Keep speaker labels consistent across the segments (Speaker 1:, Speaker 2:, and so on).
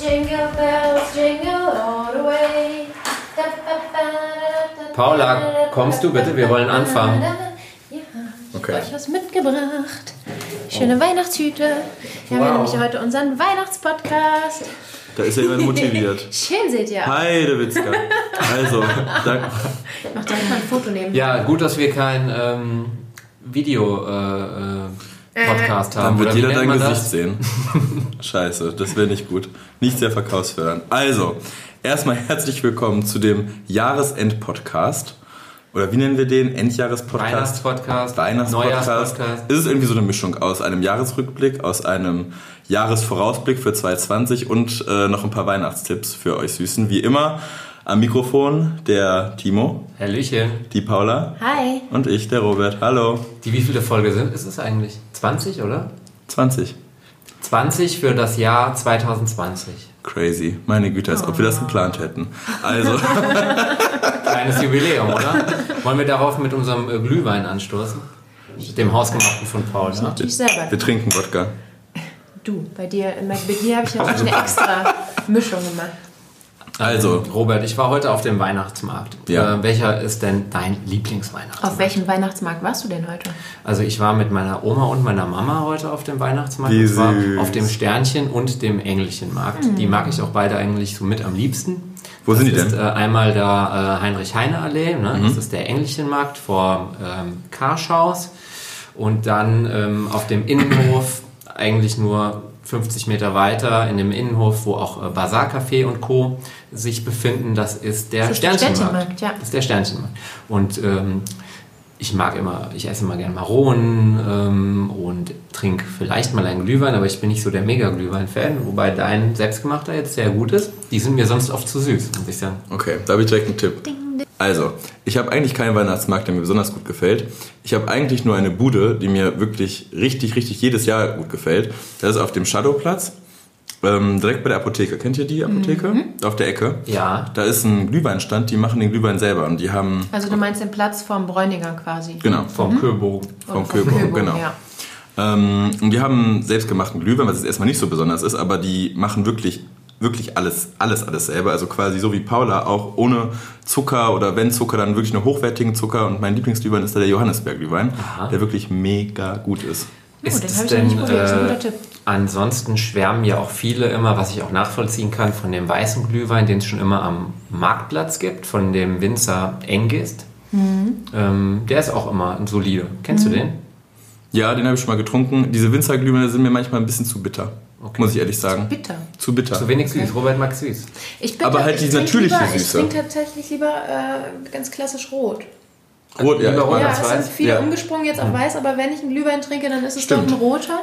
Speaker 1: Jingle bells, jingle all the way. Da, ba, ba, da, da,
Speaker 2: Paula, kommst du bitte? Wir wollen anfangen.
Speaker 1: Ja, ich
Speaker 3: Okay.
Speaker 1: habe euch was mitgebracht. Schöne Weihnachtshüte. Wir haben
Speaker 3: Wow.
Speaker 1: nämlich heute unseren Weihnachtspodcast.
Speaker 3: Da ist ja jemand motiviert.
Speaker 1: Schön seht ihr.
Speaker 3: Heidewitzka. Also, dank,
Speaker 1: Ich mach direkt mal ein Foto nehmen.
Speaker 2: Ja, gut, dass wir kein ähm,
Speaker 1: Äh,
Speaker 2: Video-Podcast haben.
Speaker 3: dann wird
Speaker 2: Oder wie
Speaker 3: jeder
Speaker 2: nennt
Speaker 3: dein
Speaker 2: man
Speaker 3: Gesicht
Speaker 2: das?
Speaker 3: sehen. Scheiße, das wäre nicht gut. Nicht sehr verkaufsfördernd. Also, erstmal herzlich willkommen zu dem Jahresend-Podcast. Oder wie nennen wir den? Endjahres-Podcast?
Speaker 2: Weihnachtspodcast,
Speaker 3: Weihnachtspodcast.
Speaker 2: Neujahrspodcast.
Speaker 3: Es ist irgendwie so eine Mischung aus einem Jahresrückblick, aus einem Jahresvorausblick für 2020 und äh, noch ein paar Weihnachtstipps für euch Süßen. Wie immer am Mikrofon der Timo,
Speaker 2: Hallöchen.
Speaker 3: die Paula
Speaker 1: Hi.
Speaker 3: und ich, der Robert. Hallo.
Speaker 2: Die wievielte Folge sind, ist es eigentlich? 20, oder?
Speaker 3: 20.
Speaker 2: 20 für das Jahr 2020.
Speaker 3: Crazy. Meine Güte, als ob wir das
Speaker 1: Oh.
Speaker 3: geplant hätten. Also,
Speaker 2: Kleines Jubiläum, oder? Wollen wir darauf mit unserem äh, Glühwein anstoßen? Mit dem Hausgemachten von Paul. Ne?
Speaker 1: Ich selber.
Speaker 3: wir trinken Wodka.
Speaker 1: Du, bei dir, bei dir habe ich natürlich eine extra Mischung gemacht.
Speaker 3: Also,
Speaker 2: Robert, ich war heute auf dem Weihnachtsmarkt.
Speaker 3: Ja.
Speaker 2: Äh, welcher ist denn dein Lieblingsweihnachtsmarkt?
Speaker 1: Auf welchem Weihnachtsmarkt warst du denn heute?
Speaker 2: Also ich war mit meiner Oma und meiner Mama heute auf dem Weihnachtsmarkt.
Speaker 3: Wie
Speaker 2: und zwar
Speaker 3: süß.
Speaker 2: auf dem Sternchen und dem Engelchenmarkt. Die mag ich auch beide eigentlich so mit am liebsten.
Speaker 3: Wo sind die
Speaker 2: das
Speaker 3: denn?
Speaker 2: Ist,
Speaker 3: Mhm.
Speaker 2: äh, einmal da äh, Heinrich-Heine-Allee, ne? das ist der Engelchenmarkt vor ähm, Karschhaus. Und dann ähm, auf dem Innenhof, eigentlich nur 50 Meter weiter, in dem Innenhof, wo auch äh, Bazar-Café und Co. sich befinden, das ist der
Speaker 1: Das ist der
Speaker 2: Sternchenmarkt.
Speaker 1: Sternchenmarkt, ja.
Speaker 2: Das ist der Sternchenmarkt. Und ähm, ich mag immer, ich esse immer gerne Maronen ähm, und trinke vielleicht mal einen Glühwein, aber ich bin nicht so der Mega-Glühwein-Fan, wobei dein selbstgemachter jetzt sehr gut ist. Die sind mir sonst oft zu süß, muss ich sagen.
Speaker 3: Okay, da habe ich direkt einen Tipp. Also, ich habe eigentlich keinen Weihnachtsmarkt, der mir besonders gut gefällt. Ich habe eigentlich nur eine Bude, die mir wirklich richtig, richtig jedes Jahr gut gefällt. Das ist auf dem Shadowplatz, ähm, direkt bei der Apotheke. Kennt ihr die Apotheke?
Speaker 1: Mhm.
Speaker 3: Auf der Ecke.
Speaker 2: Ja.
Speaker 3: Da ist ein Glühweinstand, die machen den Glühwein selber und die haben,
Speaker 1: Also du meinst den Platz vorm Bräuninger quasi.
Speaker 3: genau,
Speaker 1: Mhm.
Speaker 2: Vom Kühlbogen.
Speaker 1: Und
Speaker 3: vom Köbogen, genau.
Speaker 1: ja. Oh,
Speaker 3: Ähm, und die haben selbstgemachten Glühwein, was jetzt erstmal nicht so besonders ist, aber die machen wirklich, wirklich alles, alles, alles selber. Also quasi so wie Paula, auch ohne Zucker oder wenn Zucker, dann wirklich nur hochwertigen Zucker. Und mein Lieblingsglühwein ist da der Johannisberg-Glühwein, der wirklich mega gut ist.
Speaker 2: Ist
Speaker 1: den
Speaker 2: es
Speaker 1: hab ich noch nicht
Speaker 2: denn,
Speaker 1: probiert, ist ein guter
Speaker 2: äh,
Speaker 1: Tipp.
Speaker 2: ansonsten schwärmen ja auch viele immer, was ich auch nachvollziehen kann, von dem weißen Glühwein, den es schon immer am Marktplatz gibt, von dem Winzer Engist.
Speaker 1: Mhm.
Speaker 2: Ähm, der ist auch immer ein solide. Kennst du den?
Speaker 3: Ja, den habe ich schon mal getrunken. Diese Winzerglühweine sind mir manchmal ein bisschen zu bitter,
Speaker 2: Okay.
Speaker 3: muss ich ehrlich sagen.
Speaker 1: Bitter.
Speaker 3: Zu bitter.
Speaker 2: Zu wenig süß. Robert mag süß.
Speaker 1: Ich bin
Speaker 3: Aber
Speaker 1: tats-
Speaker 3: halt die
Speaker 1: ich trink
Speaker 3: natürliche
Speaker 1: lieber,
Speaker 3: Süße.
Speaker 1: Ich trinke tatsächlich lieber äh, ganz klassisch rot.
Speaker 3: Rot, ja.
Speaker 2: Lieber
Speaker 3: ich mag
Speaker 2: rot.
Speaker 1: Ja,
Speaker 2: das
Speaker 1: es sind
Speaker 2: weiß.
Speaker 1: viele
Speaker 3: Ja. Mhm.
Speaker 1: umgesprungen jetzt auf weiß, aber wenn ich einen Glühwein trinke, dann ist es
Speaker 3: Stimmt.
Speaker 1: doch ein roter.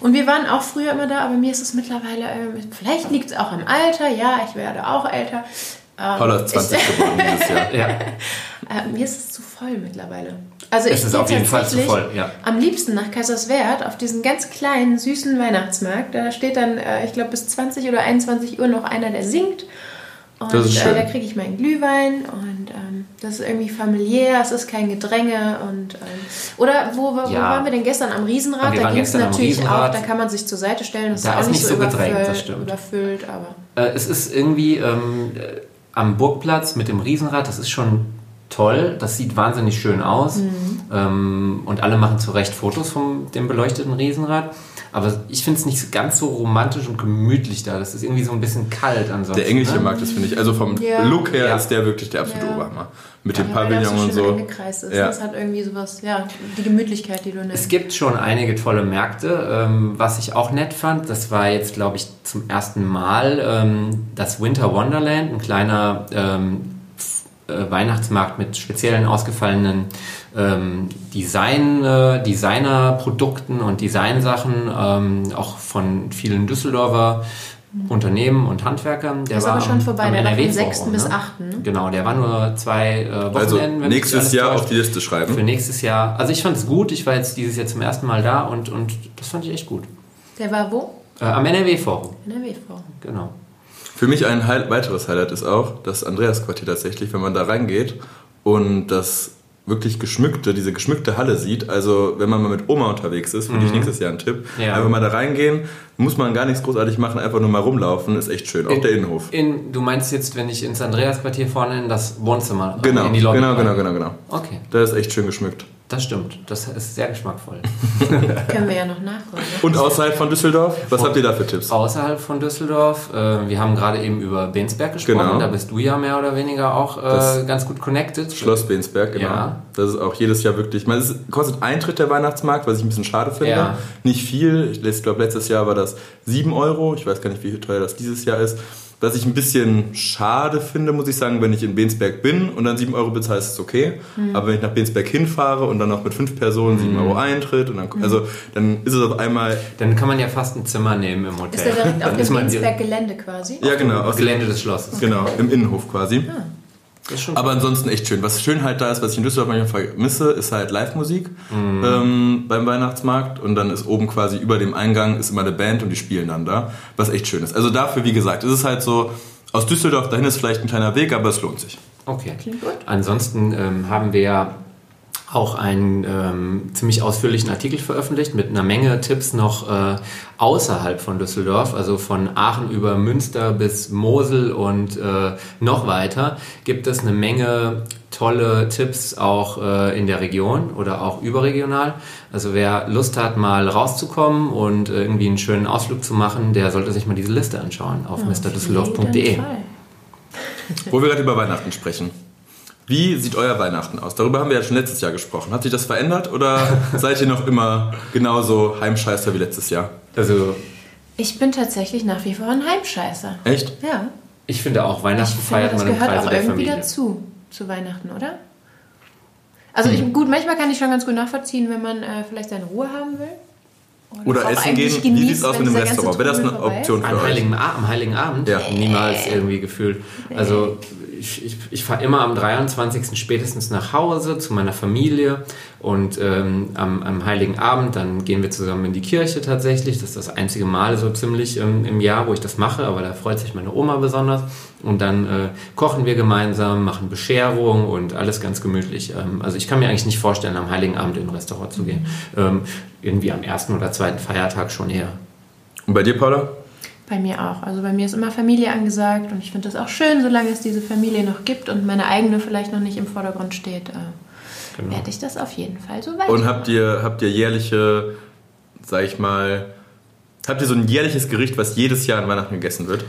Speaker 1: Und wir waren auch früher immer da, aber mir ist es mittlerweile, ähm, vielleicht liegt es auch am Alter, ja, ich werde auch älter. Ähm,
Speaker 3: Paula ist 20
Speaker 1: ich,
Speaker 3: geworden dieses Jahr.
Speaker 2: Ja.
Speaker 1: äh, mir ist es zu voll mittlerweile. Also
Speaker 2: Es
Speaker 1: ich
Speaker 2: ist
Speaker 1: gehe
Speaker 2: auf jeden Fall zu
Speaker 1: tatsächlich
Speaker 2: voll, ja.
Speaker 1: Am liebsten nach Kaiserswerth auf diesen ganz kleinen, süßen Weihnachtsmarkt. Da steht dann, äh, ich glaube, bis 20 oder 21 Uhr noch einer, der singt. Und
Speaker 3: Das ist schön.
Speaker 1: Äh, da kriege ich meinen Glühwein und ähm, das ist irgendwie familiär, es ist kein Gedränge. Und, ähm, oder wo, wo, wo
Speaker 2: Ja.
Speaker 1: waren wir denn gestern? Am
Speaker 2: Ah,
Speaker 1: Riesenrad?
Speaker 2: wir
Speaker 1: Da
Speaker 2: waren
Speaker 1: ging es
Speaker 2: gestern am
Speaker 1: natürlich auch,
Speaker 2: Riesenrad.
Speaker 1: da kann man sich zur Seite stellen. Das
Speaker 2: Da
Speaker 1: ist auch
Speaker 2: ist
Speaker 1: nicht
Speaker 2: nicht
Speaker 1: so
Speaker 2: so gedrängt,
Speaker 1: überfüllt,
Speaker 2: das stimmt.
Speaker 1: überfüllt, aber
Speaker 2: Äh, es ist irgendwie ähm, äh, am Burgplatz mit dem Riesenrad, das ist schon toll, das sieht wahnsinnig schön aus. Ähm, und alle machen zu Recht Fotos von dem beleuchteten Riesenrad. Aber ich finde es nicht ganz so romantisch und gemütlich da. Das ist irgendwie so ein bisschen kalt ansonsten.
Speaker 3: Der englische
Speaker 2: ne?
Speaker 3: Markt ist, finde ich, also vom
Speaker 1: Ja.
Speaker 3: Look her
Speaker 2: Ja.
Speaker 3: ist der wirklich der absolute
Speaker 1: Ja.
Speaker 3: Oberhammer. Mit dem
Speaker 1: weil der
Speaker 3: Pavillon
Speaker 1: so schön
Speaker 3: und so.
Speaker 1: eingekreist ist.
Speaker 3: Ja.
Speaker 1: Das hat irgendwie sowas, ja, die Gemütlichkeit, die du nimmst.
Speaker 2: Es gibt schon einige tolle Märkte. Ähm, was ich auch nett fand, das war jetzt, glaube ich, zum ersten Mal ähm, das Winter Wonderland, ein kleiner ähm, äh, Weihnachtsmarkt mit speziellen ausgefallenen ähm, Design, äh, Designerprodukten und Designsachen, ähm, auch von vielen Düsseldorfer Unternehmen und Handwerkern. Der
Speaker 1: Ist aber schon vorbei, der war vom
Speaker 2: NRW
Speaker 1: 6. bis
Speaker 2: ne?
Speaker 1: 8., ne?
Speaker 2: Genau, der war nur zwei äh, Wochenenden.
Speaker 3: Also
Speaker 2: wenn mich nicht
Speaker 3: nächstes
Speaker 2: alles
Speaker 3: Jahr
Speaker 2: täuscht
Speaker 3: auf die Liste schreiben.
Speaker 2: für nächstes Jahr. Also ich fand es gut, ich war jetzt dieses Jahr zum ersten Mal da und, und das fand ich echt gut.
Speaker 1: Der war wo?
Speaker 2: Äh, am NRW-Forum,
Speaker 1: In der WV.
Speaker 2: genau.
Speaker 3: Für mich ein Hi- weiteres Highlight ist auch das Andreasquartier tatsächlich, wenn man da reingeht und das wirklich geschmückte, diese geschmückte Halle sieht. Also wenn man mal mit Oma unterwegs ist, finde ich nächstes Jahr ein Tipp.
Speaker 2: Mhm. Ja.
Speaker 3: Einfach mal da reingehen, muss man gar nichts großartig machen, einfach nur mal rumlaufen, ist echt schön. Auch der Innenhof.
Speaker 2: In, du meinst jetzt, wenn ich ins Andreasquartier vorne in das Wohnzimmer äh,
Speaker 3: Genau,
Speaker 2: in die Lobby
Speaker 3: genau,
Speaker 2: rein?
Speaker 3: genau, genau, genau.
Speaker 2: Okay,
Speaker 3: Da ist echt schön geschmückt.
Speaker 2: das stimmt. Das ist sehr geschmackvoll.
Speaker 1: Können wir ja noch nachholen. ne?
Speaker 3: Und außerhalb von Düsseldorf, was habt ihr da für Tipps?
Speaker 2: Außerhalb von Düsseldorf, äh, wir haben gerade eben über Bensberg gesprochen,
Speaker 3: Genau.
Speaker 2: da bist du ja mehr oder weniger auch äh,
Speaker 3: Das
Speaker 2: ganz gut connected.
Speaker 3: Schloss Bensberg, genau.
Speaker 2: Ja.
Speaker 3: Das ist auch jedes Jahr wirklich. Man, es kostet Eintritt der Weihnachtsmarkt, was ich ein bisschen schade finde.
Speaker 2: Ja.
Speaker 3: Nicht viel. Ich glaube, letztes Jahr war das 7 Euro. Ich weiß gar nicht, wie teuer das dieses Jahr ist. Was ich ein bisschen schade finde, muss ich sagen, wenn ich in Bensberg bin und dann 7 Euro bezahle, ist es okay.
Speaker 2: Hm.
Speaker 3: Aber wenn ich nach Bensberg hinfahre und dann noch mit 5 Personen 7 Euro Eintritt, und dann,
Speaker 2: Hm.
Speaker 3: also, dann ist es auf einmal,
Speaker 2: Dann kann man ja fast ein Zimmer nehmen im Hotel.
Speaker 1: Ist der direkt auf
Speaker 2: Dann ist
Speaker 1: dem
Speaker 2: man direkt
Speaker 1: Dienstberg-Gelände quasi?
Speaker 3: ja genau,
Speaker 2: auf
Speaker 3: aus,
Speaker 2: dem Gelände des Schlosses.
Speaker 3: genau, im Innenhof quasi.
Speaker 2: Das ist schon
Speaker 3: Aber ansonsten echt schön. Was schön halt da ist, was ich in Düsseldorf manchmal vermisse, ist halt Live-Musik ähm, beim Weihnachtsmarkt. Und dann ist oben quasi über dem Eingang ist immer eine Band und die spielen dann da, was echt schön ist. Also dafür, wie gesagt, ist es halt so, aus Düsseldorf dahin ist vielleicht ein kleiner Weg, aber es lohnt sich.
Speaker 2: okay.
Speaker 1: Klingt gut.
Speaker 2: Ansonsten ähm, haben wir ja auch einen ähm, ziemlich ausführlichen Artikel veröffentlicht mit einer Menge Tipps noch äh, außerhalb von Düsseldorf, also von Aachen über Münster bis Mosel und äh, noch weiter, gibt es eine Menge tolle Tipps auch äh, in der Region oder auch überregional. Also wer Lust hat, mal rauszukommen und äh, irgendwie einen schönen Ausflug zu machen, der sollte sich mal diese Liste anschauen auf mrdüsseldorf.de.
Speaker 1: Auf jeden Fall.
Speaker 3: Wo wir gerade über Weihnachten sprechen. Wie sieht euer Weihnachten aus? Darüber haben wir ja schon letztes Jahr gesprochen. Hat sich das verändert oder seid ihr noch immer genauso Heimscheißer wie letztes Jahr?
Speaker 2: Also
Speaker 1: Ich bin tatsächlich nach wie vor ein Heimscheißer.
Speaker 3: Echt?
Speaker 1: Ja.
Speaker 2: ich finde auch, Weihnachten
Speaker 1: Ich
Speaker 2: feiert
Speaker 1: finde,
Speaker 2: man im
Speaker 1: Das gehört
Speaker 2: Kreise
Speaker 1: auch
Speaker 2: der
Speaker 1: irgendwie
Speaker 2: Familie.
Speaker 1: dazu, zu Weihnachten, oder? Also
Speaker 3: Hm.
Speaker 1: ich, gut, manchmal kann ich schon ganz gut nachvollziehen, wenn man äh, vielleicht seine Ruhe haben will.
Speaker 3: Oder
Speaker 1: auch
Speaker 3: essen
Speaker 1: eigentlich
Speaker 3: gehen? Wie
Speaker 1: genießt,
Speaker 3: sieht es aus
Speaker 1: wenn
Speaker 3: mit dem
Speaker 1: dieser ganze
Speaker 3: Restaurant? Wäre das eine
Speaker 1: Trubel vorbei ist?
Speaker 3: Option für
Speaker 2: An
Speaker 3: euch?
Speaker 2: Heiligen, A- am Heiligen Abend?
Speaker 3: Ja.
Speaker 2: Niemals irgendwie gefühlt. Also ich, ich, ich fahre immer am 23. spätestens nach Hause zu meiner Familie und ähm, am, am Heiligen Abend, dann gehen wir zusammen in die Kirche tatsächlich. Das ist das einzige Mal so ziemlich ähm, im Jahr, wo ich das mache, aber da freut sich meine Oma besonders. Und dann äh, kochen wir gemeinsam, machen Bescherung und alles ganz gemütlich. Ähm, also ich kann mir eigentlich nicht vorstellen, am Heiligen Abend in ein Restaurant zu gehen. Ähm, irgendwie am ersten oder zweiten Feiertag schon eher.
Speaker 3: Und bei dir, Paula?
Speaker 1: Bei mir auch. Also bei mir ist immer Familie angesagt und ich finde das auch schön, solange es diese Familie noch gibt und meine eigene vielleicht noch nicht im Vordergrund steht, äh,
Speaker 2: Genau.
Speaker 1: werde ich das auf jeden Fall so weiter.
Speaker 3: Und habt ihr, habt ihr jährliche, sag ich mal, habt ihr so ein jährliches Gericht, was jedes Jahr an Weihnachten gegessen wird?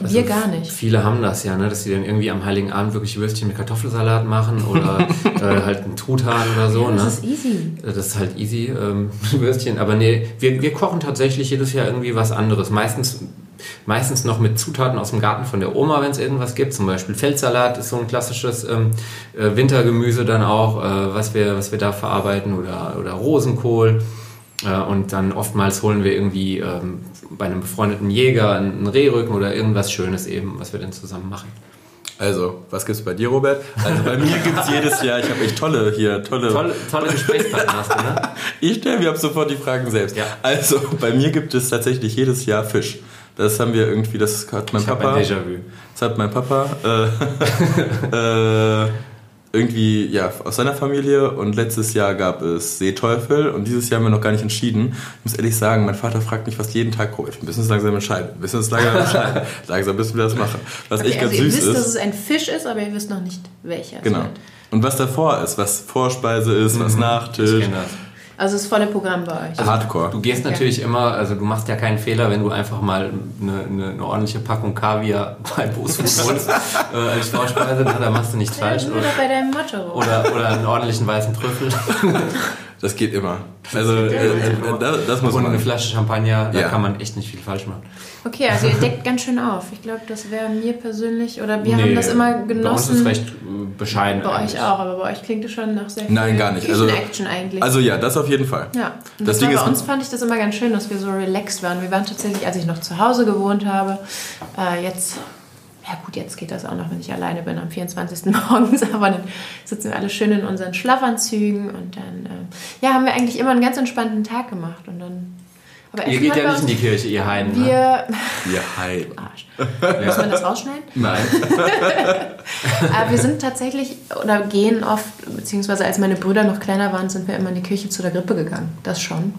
Speaker 1: Wir gar nicht.
Speaker 2: Also Viele haben das ja, ne? dass sie dann irgendwie am Heiligen Abend wirklich Würstchen mit Kartoffelsalat machen oder äh, halt einen Truthahn oder so.
Speaker 1: Das
Speaker 2: ne?
Speaker 1: ist easy.
Speaker 2: Das ist halt easy, ähm, Würstchen. Aber nee, wir, wir kochen tatsächlich jedes Jahr irgendwie was anderes. Meistens, meistens noch mit Zutaten aus dem Garten von der Oma, wenn es irgendwas gibt. Zum Beispiel Feldsalat ist so ein klassisches ähm, äh, Wintergemüse dann auch, äh, was, wir, was wir da verarbeiten oder, oder Rosenkohl. Äh, Und dann oftmals holen wir irgendwie ähm, bei einem befreundeten Jäger einen Rehrücken oder irgendwas Schönes eben, was wir dann zusammen machen.
Speaker 3: Also, was gibt's bei dir, Robert? Also bei mir gibt's jedes Jahr, ich habe echt tolle hier, tolle.
Speaker 2: Tolle, tolle Gesprächspartner hast du, ne?
Speaker 3: Ich stelle mir ab sofort die Fragen selbst.
Speaker 2: Ja.
Speaker 3: Also, bei mir gibt es tatsächlich jedes Jahr Fisch. Das haben wir irgendwie, das hat mein
Speaker 2: Ich habe
Speaker 3: Papa.
Speaker 2: ein Déjà-vu.
Speaker 3: Das hat mein Papa äh, äh, irgendwie ja, aus seiner Familie und letztes Jahr gab es Seeteufel und dieses Jahr haben wir noch gar nicht entschieden. Ich muss ehrlich sagen, mein Vater fragt mich fast jeden Tag, Robert, wir müssen uns langsam entscheiden, wir müssen uns langsam entscheiden, langsam müssen wir das machen. Was
Speaker 1: Okay,
Speaker 3: echt ganz
Speaker 1: also ihr
Speaker 3: süß
Speaker 1: wisst,
Speaker 3: ist.
Speaker 1: dass es ein Fisch ist, aber ihr wisst noch nicht, welcher es
Speaker 3: genau.
Speaker 1: wird.
Speaker 3: Und was davor ist, was Vorspeise ist, was
Speaker 2: Ich
Speaker 3: Nachtisch,
Speaker 2: kenn das.
Speaker 1: Also das volle Programm bei euch.
Speaker 3: Hardcore.
Speaker 2: Du gehst natürlich immer, also du machst ja keinen Fehler, wenn du einfach mal eine, eine, eine ordentliche Packung Kaviar bei Bosfuß holst äh, als Vorspeise, ne, da machst du nichts
Speaker 1: Ja,
Speaker 2: falsch.
Speaker 1: sind wir doch
Speaker 2: Oder,
Speaker 3: oh.
Speaker 1: Äh, bei deinem Motto.
Speaker 2: oder, oder einen ordentlichen weißen Trüffel
Speaker 3: Das geht immer. Also äh, äh, das, das muss
Speaker 2: und eine
Speaker 3: man.
Speaker 2: Flasche Champagner, da
Speaker 3: Ja.
Speaker 2: kann man echt nicht viel falsch machen.
Speaker 1: Okay, also ihr deckt ganz schön auf. Ich glaube, das wäre mir persönlich, oder wir
Speaker 2: Nee,
Speaker 1: haben das immer
Speaker 2: Bei uns ist
Speaker 1: genossen.
Speaker 2: es recht äh, bescheiden.
Speaker 1: Bei
Speaker 2: eigentlich.
Speaker 1: euch auch, aber bei euch klingt es schon nach sehr viel
Speaker 3: Nein, gar nicht. Also,
Speaker 1: Action eigentlich.
Speaker 3: also ja, das auf jeden Fall.
Speaker 1: ja. Und Das
Speaker 3: Das Ding
Speaker 1: war
Speaker 3: ist,
Speaker 1: bei uns fand ich das immer ganz schön, dass wir so relaxed waren. Wir waren tatsächlich, als ich noch zu Hause gewohnt habe, äh, jetzt, ja gut, jetzt geht das auch noch, wenn ich alleine bin am 24. morgens, aber dann sitzen wir alle schön in unseren Schlafanzügen und dann, äh, ja, haben wir eigentlich immer einen ganz entspannten Tag gemacht und dann Aber
Speaker 2: Ihr
Speaker 1: Essen
Speaker 2: geht
Speaker 1: hat
Speaker 2: ja
Speaker 1: bei
Speaker 2: nicht in die Kirche, ihr Heiden.
Speaker 1: uns-
Speaker 2: Ne?
Speaker 1: Wir.
Speaker 3: Ja, hi.
Speaker 1: Arsch. Muss man das rausschneiden?
Speaker 2: Nein.
Speaker 1: Aber wir sind tatsächlich oder gehen oft, beziehungsweise als meine Brüder noch kleiner waren, sind wir immer in die Kirche zu der Grippe gegangen. Das schon.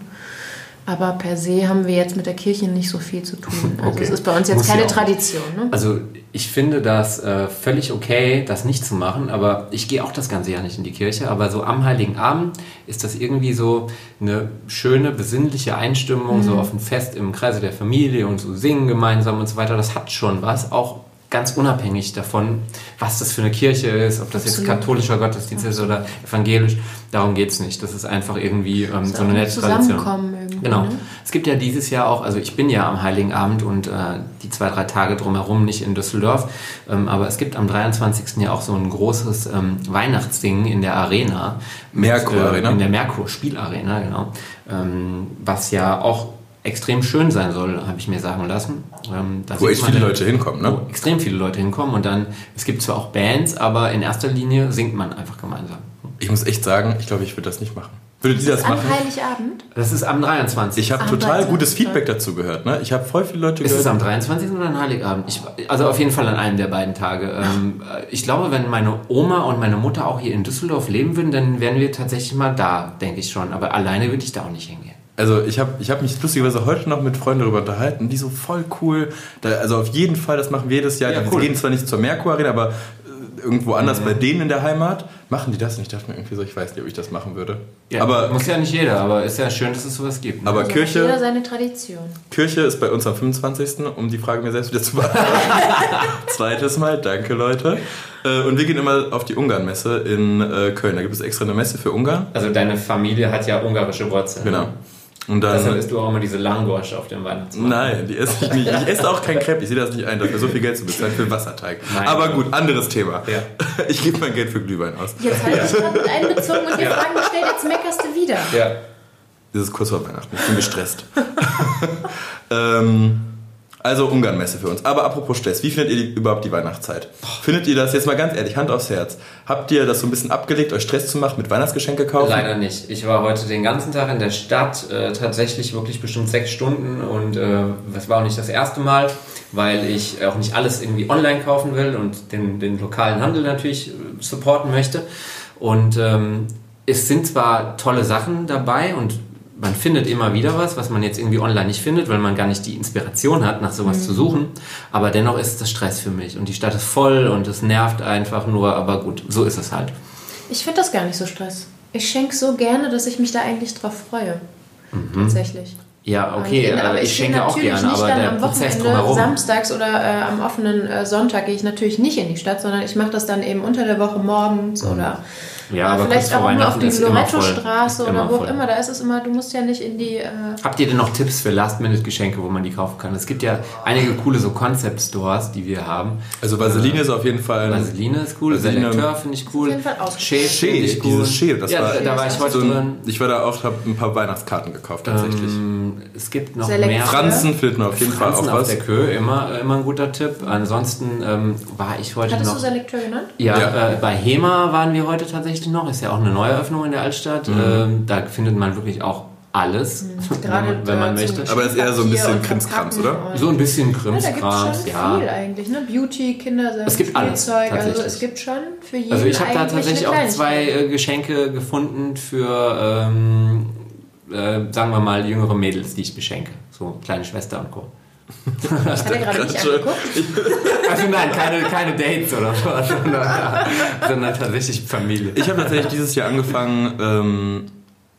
Speaker 1: Aber per se haben wir jetzt mit der Kirche nicht so viel zu tun. Also
Speaker 2: Okay.
Speaker 1: es ist bei uns jetzt
Speaker 2: Muss ja
Speaker 1: keine
Speaker 2: auch.
Speaker 1: Tradition. Ne?
Speaker 2: Also ich finde das äh, völlig okay, das nicht zu machen, aber ich gehe auch das ganze Jahr nicht in die Kirche, aber so am Heiligen Abend ist das irgendwie so eine schöne, besinnliche Einstimmung,
Speaker 1: Mhm.
Speaker 2: so auf ein Fest im Kreise der Familie und so singen gemeinsam und so weiter, das hat schon was, auch ganz unabhängig davon, was das für eine Kirche ist, ob das jetzt
Speaker 1: Absolut.
Speaker 2: katholischer Gottesdienst ist oder evangelisch, darum geht es nicht. Das ist einfach irgendwie ähm, so eine
Speaker 1: auch ein
Speaker 2: nette Tradition.
Speaker 1: Zusammenkommen irgendwie,
Speaker 2: Genau.
Speaker 1: ne?
Speaker 2: Es gibt ja dieses Jahr auch, also ich bin ja am Heiligen Abend und äh, die zwei, drei Tage drumherum nicht in Düsseldorf, ähm, aber es gibt am 23. ja auch so ein großes ähm, Weihnachtssingen in der Arena. Mit, äh,
Speaker 3: Merkur Arena?
Speaker 2: In der Merkur-Spielarena, genau. Ähm, was ja auch extrem schön sein soll, habe ich mir sagen lassen. Ähm, da
Speaker 3: Wo
Speaker 2: sieht
Speaker 3: echt
Speaker 2: man
Speaker 3: viele
Speaker 2: dann-
Speaker 3: Leute hinkommen, ne?
Speaker 2: Wo extrem viele Leute hinkommen und dann, es gibt zwar auch Bands, aber in erster Linie singt man einfach gemeinsam.
Speaker 3: Ich muss echt sagen, ich glaube, ich würde das nicht machen. Würde die das
Speaker 1: Am
Speaker 3: machen?
Speaker 1: Heiligabend?
Speaker 2: Das ist am 23.
Speaker 3: Ich habe
Speaker 1: Am
Speaker 3: total
Speaker 1: Heiligabend.
Speaker 3: gutes Feedback dazu gehört, ne? Ich habe voll viele Leute
Speaker 2: Ist es
Speaker 3: gehört.
Speaker 2: am 23. oder an Heiligabend? Ich, also auf jeden Fall an einem der beiden Tage. Ähm, äh, ich glaube, wenn meine Oma und meine Mutter auch hier in Düsseldorf leben würden, dann wären wir tatsächlich mal da, denke ich schon. Aber alleine würde ich da auch nicht hingehen.
Speaker 3: Also ich habe ich hab mich lustigerweise heute noch mit Freunden darüber unterhalten, die so voll cool. Da, also auf jeden Fall, das machen wir jedes Jahr.
Speaker 2: Ja,
Speaker 3: die
Speaker 2: cool.
Speaker 3: gehen zwar nicht zur Merkur Arena, aber äh, irgendwo anders bei denen in der Heimat machen die das. Und ich dachte mir irgendwie so, ich weiß nicht, ob ich das machen würde.
Speaker 2: Ja,
Speaker 3: aber
Speaker 2: muss ja nicht jeder, aber ist ja schön, dass es sowas gibt. ne?
Speaker 3: aber
Speaker 1: Also hat Jeder
Speaker 3: Kirche,
Speaker 1: seine Tradition.
Speaker 3: Kirche ist bei uns am 25. Um die Frage mir selbst wieder zu beantworten. Zweites Mal, danke Leute. Äh, Und wir gehen immer auf die Ungarnmesse in äh, Köln. Da gibt es extra eine Messe für Ungarn.
Speaker 2: also deine Familie hat ja ungarische Wurzeln.
Speaker 3: Genau. Und dann,
Speaker 2: Deshalb isst du auch immer diese Langosch auf dem Weihnachtsmarkt.
Speaker 3: Nein, die esse ich nicht. Ich esse auch kein Crepe. Ich sehe das nicht ein, dafür so viel Geld zu bezahlen für einen Wasserteig.
Speaker 2: Nein.
Speaker 3: Aber gut, anderes Thema.
Speaker 2: Ja.
Speaker 3: Ich gebe mein Geld für Glühwein aus.
Speaker 1: Jetzt habe ich gerade mit einbezogen und wir
Speaker 2: Ja.
Speaker 1: fragen gestellt, jetzt meckerst du wieder.
Speaker 2: Ja.
Speaker 3: Das ist kurz vor Weihnachten. Ich bin gestresst. ähm, also Ungarnmesse für uns. Aber apropos Stress, wie findet ihr die, überhaupt die Weihnachtszeit? Findet ihr das jetzt mal ganz ehrlich, Hand aufs Herz? Habt ihr das so ein bisschen abgelegt, euch Stress zu machen mit Weihnachtsgeschenke kaufen?
Speaker 2: Leider nicht. Ich war heute den ganzen Tag in der Stadt, äh, tatsächlich wirklich bestimmt sechs Stunden und äh, das war auch nicht das erste Mal, weil ich auch nicht alles irgendwie online kaufen will und den, den lokalen Handel natürlich äh, supporten möchte. Und ähm, es sind zwar tolle Sachen dabei und man findet immer wieder was, was man jetzt irgendwie online nicht findet, weil man gar nicht die Inspiration hat, nach sowas zu suchen. Aber dennoch ist das Stress für mich und die Stadt ist voll und es nervt einfach nur, aber gut, so ist es halt.
Speaker 1: Ich finde das gar nicht so stress. Ich schenke so gerne, dass ich mich da eigentlich drauf freue.
Speaker 2: Mhm.
Speaker 1: Tatsächlich.
Speaker 2: Ja,
Speaker 1: Äh,
Speaker 2: okay,
Speaker 1: Am Ende.
Speaker 2: aber ich
Speaker 1: genau, gehe
Speaker 2: schenke auch
Speaker 1: natürlich
Speaker 2: gerne,
Speaker 1: nicht
Speaker 2: aber
Speaker 1: dann
Speaker 2: der
Speaker 1: am
Speaker 2: Prozess
Speaker 1: Wochenende,
Speaker 2: drumherum.
Speaker 1: Samstags oder äh, am offenen äh, Sonntag gehe ich natürlich nicht in die Stadt, sondern ich mache das dann eben unter der Woche morgens oder
Speaker 2: Mhm. Ja,
Speaker 1: äh,
Speaker 2: aber kurz
Speaker 1: vielleicht
Speaker 2: vor
Speaker 1: auch nur auf
Speaker 2: Weihnachten
Speaker 1: die
Speaker 2: ist immer voll.
Speaker 1: Loretto-Straße
Speaker 2: Ist
Speaker 1: oder
Speaker 2: immer
Speaker 1: wo
Speaker 2: voll.
Speaker 1: auch immer. Da ist es immer, du musst ja nicht in die. Äh,
Speaker 2: Habt ihr denn noch Tipps für Last-Minute-Geschenke, wo man die kaufen kann? Es gibt ja einige coole so Concept-Stores, die wir haben.
Speaker 3: Also Vaseline ist auf jeden Fall...
Speaker 2: Vaseline ist cool,
Speaker 3: Vaseline-
Speaker 2: Selekteur finde ich cool.
Speaker 1: Auf jeden Fall ausgeschmückt.
Speaker 2: Shea
Speaker 3: Shea,
Speaker 2: finde ich cool.
Speaker 3: dieses Shea, das
Speaker 2: ja,
Speaker 3: war-
Speaker 2: da war ich heute
Speaker 3: So ein,
Speaker 2: drin. Ähm,
Speaker 3: ich war da auch, habe ein paar Weihnachtskarten gekauft tatsächlich.
Speaker 2: Es gibt noch
Speaker 1: Selekteur.
Speaker 2: mehr.
Speaker 3: Franzen findet man auf jeden Fall
Speaker 2: Franzen
Speaker 3: auch
Speaker 2: auf
Speaker 3: was.
Speaker 2: der Kö, immer, immer ein guter Tipp. Ansonsten ähm, war ich heute
Speaker 1: hattest
Speaker 2: noch...
Speaker 1: du Selekteur genannt?
Speaker 2: Ja,
Speaker 3: Ja.
Speaker 2: Äh, bei HEMA waren wir heute tatsächlich noch. Ist ja auch eine Neueröffnung in der Altstadt. Ähm, da findet man wirklich auch alles,
Speaker 1: Mhm.
Speaker 2: wenn man, wenn man
Speaker 1: äh,
Speaker 2: möchte.
Speaker 1: zum
Speaker 3: Aber das ist eher so ein
Speaker 1: Papier
Speaker 3: bisschen
Speaker 1: und
Speaker 3: Krimskrams,
Speaker 1: Verpacken
Speaker 3: oder?
Speaker 1: und-
Speaker 2: So ein bisschen
Speaker 1: Ja, da gibt
Speaker 2: Krimskrams,
Speaker 1: es schon
Speaker 2: ja.
Speaker 1: viel eigentlich, ne? Beauty, Kindersachen,
Speaker 2: Es gibt alles,
Speaker 1: Spielzeug, also
Speaker 2: tatsächlich.
Speaker 1: es gibt schon für jeden
Speaker 2: Also ich habe da
Speaker 1: eigentlich
Speaker 2: tatsächlich
Speaker 1: eine
Speaker 2: auch zwei
Speaker 1: Kleinigkeit.
Speaker 2: äh, Geschenke gefunden für, ähm, äh, sagen wir mal, jüngere Mädels, die ich beschenke. So kleine Schwester und Co.
Speaker 1: Ich hatte gerade nicht
Speaker 3: Schon-
Speaker 1: angeguckt.
Speaker 2: Also nein, keine, keine Dates oder so, sondern, sondern tatsächlich Familie.
Speaker 3: Ich habe tatsächlich dieses Jahr angefangen, ähm,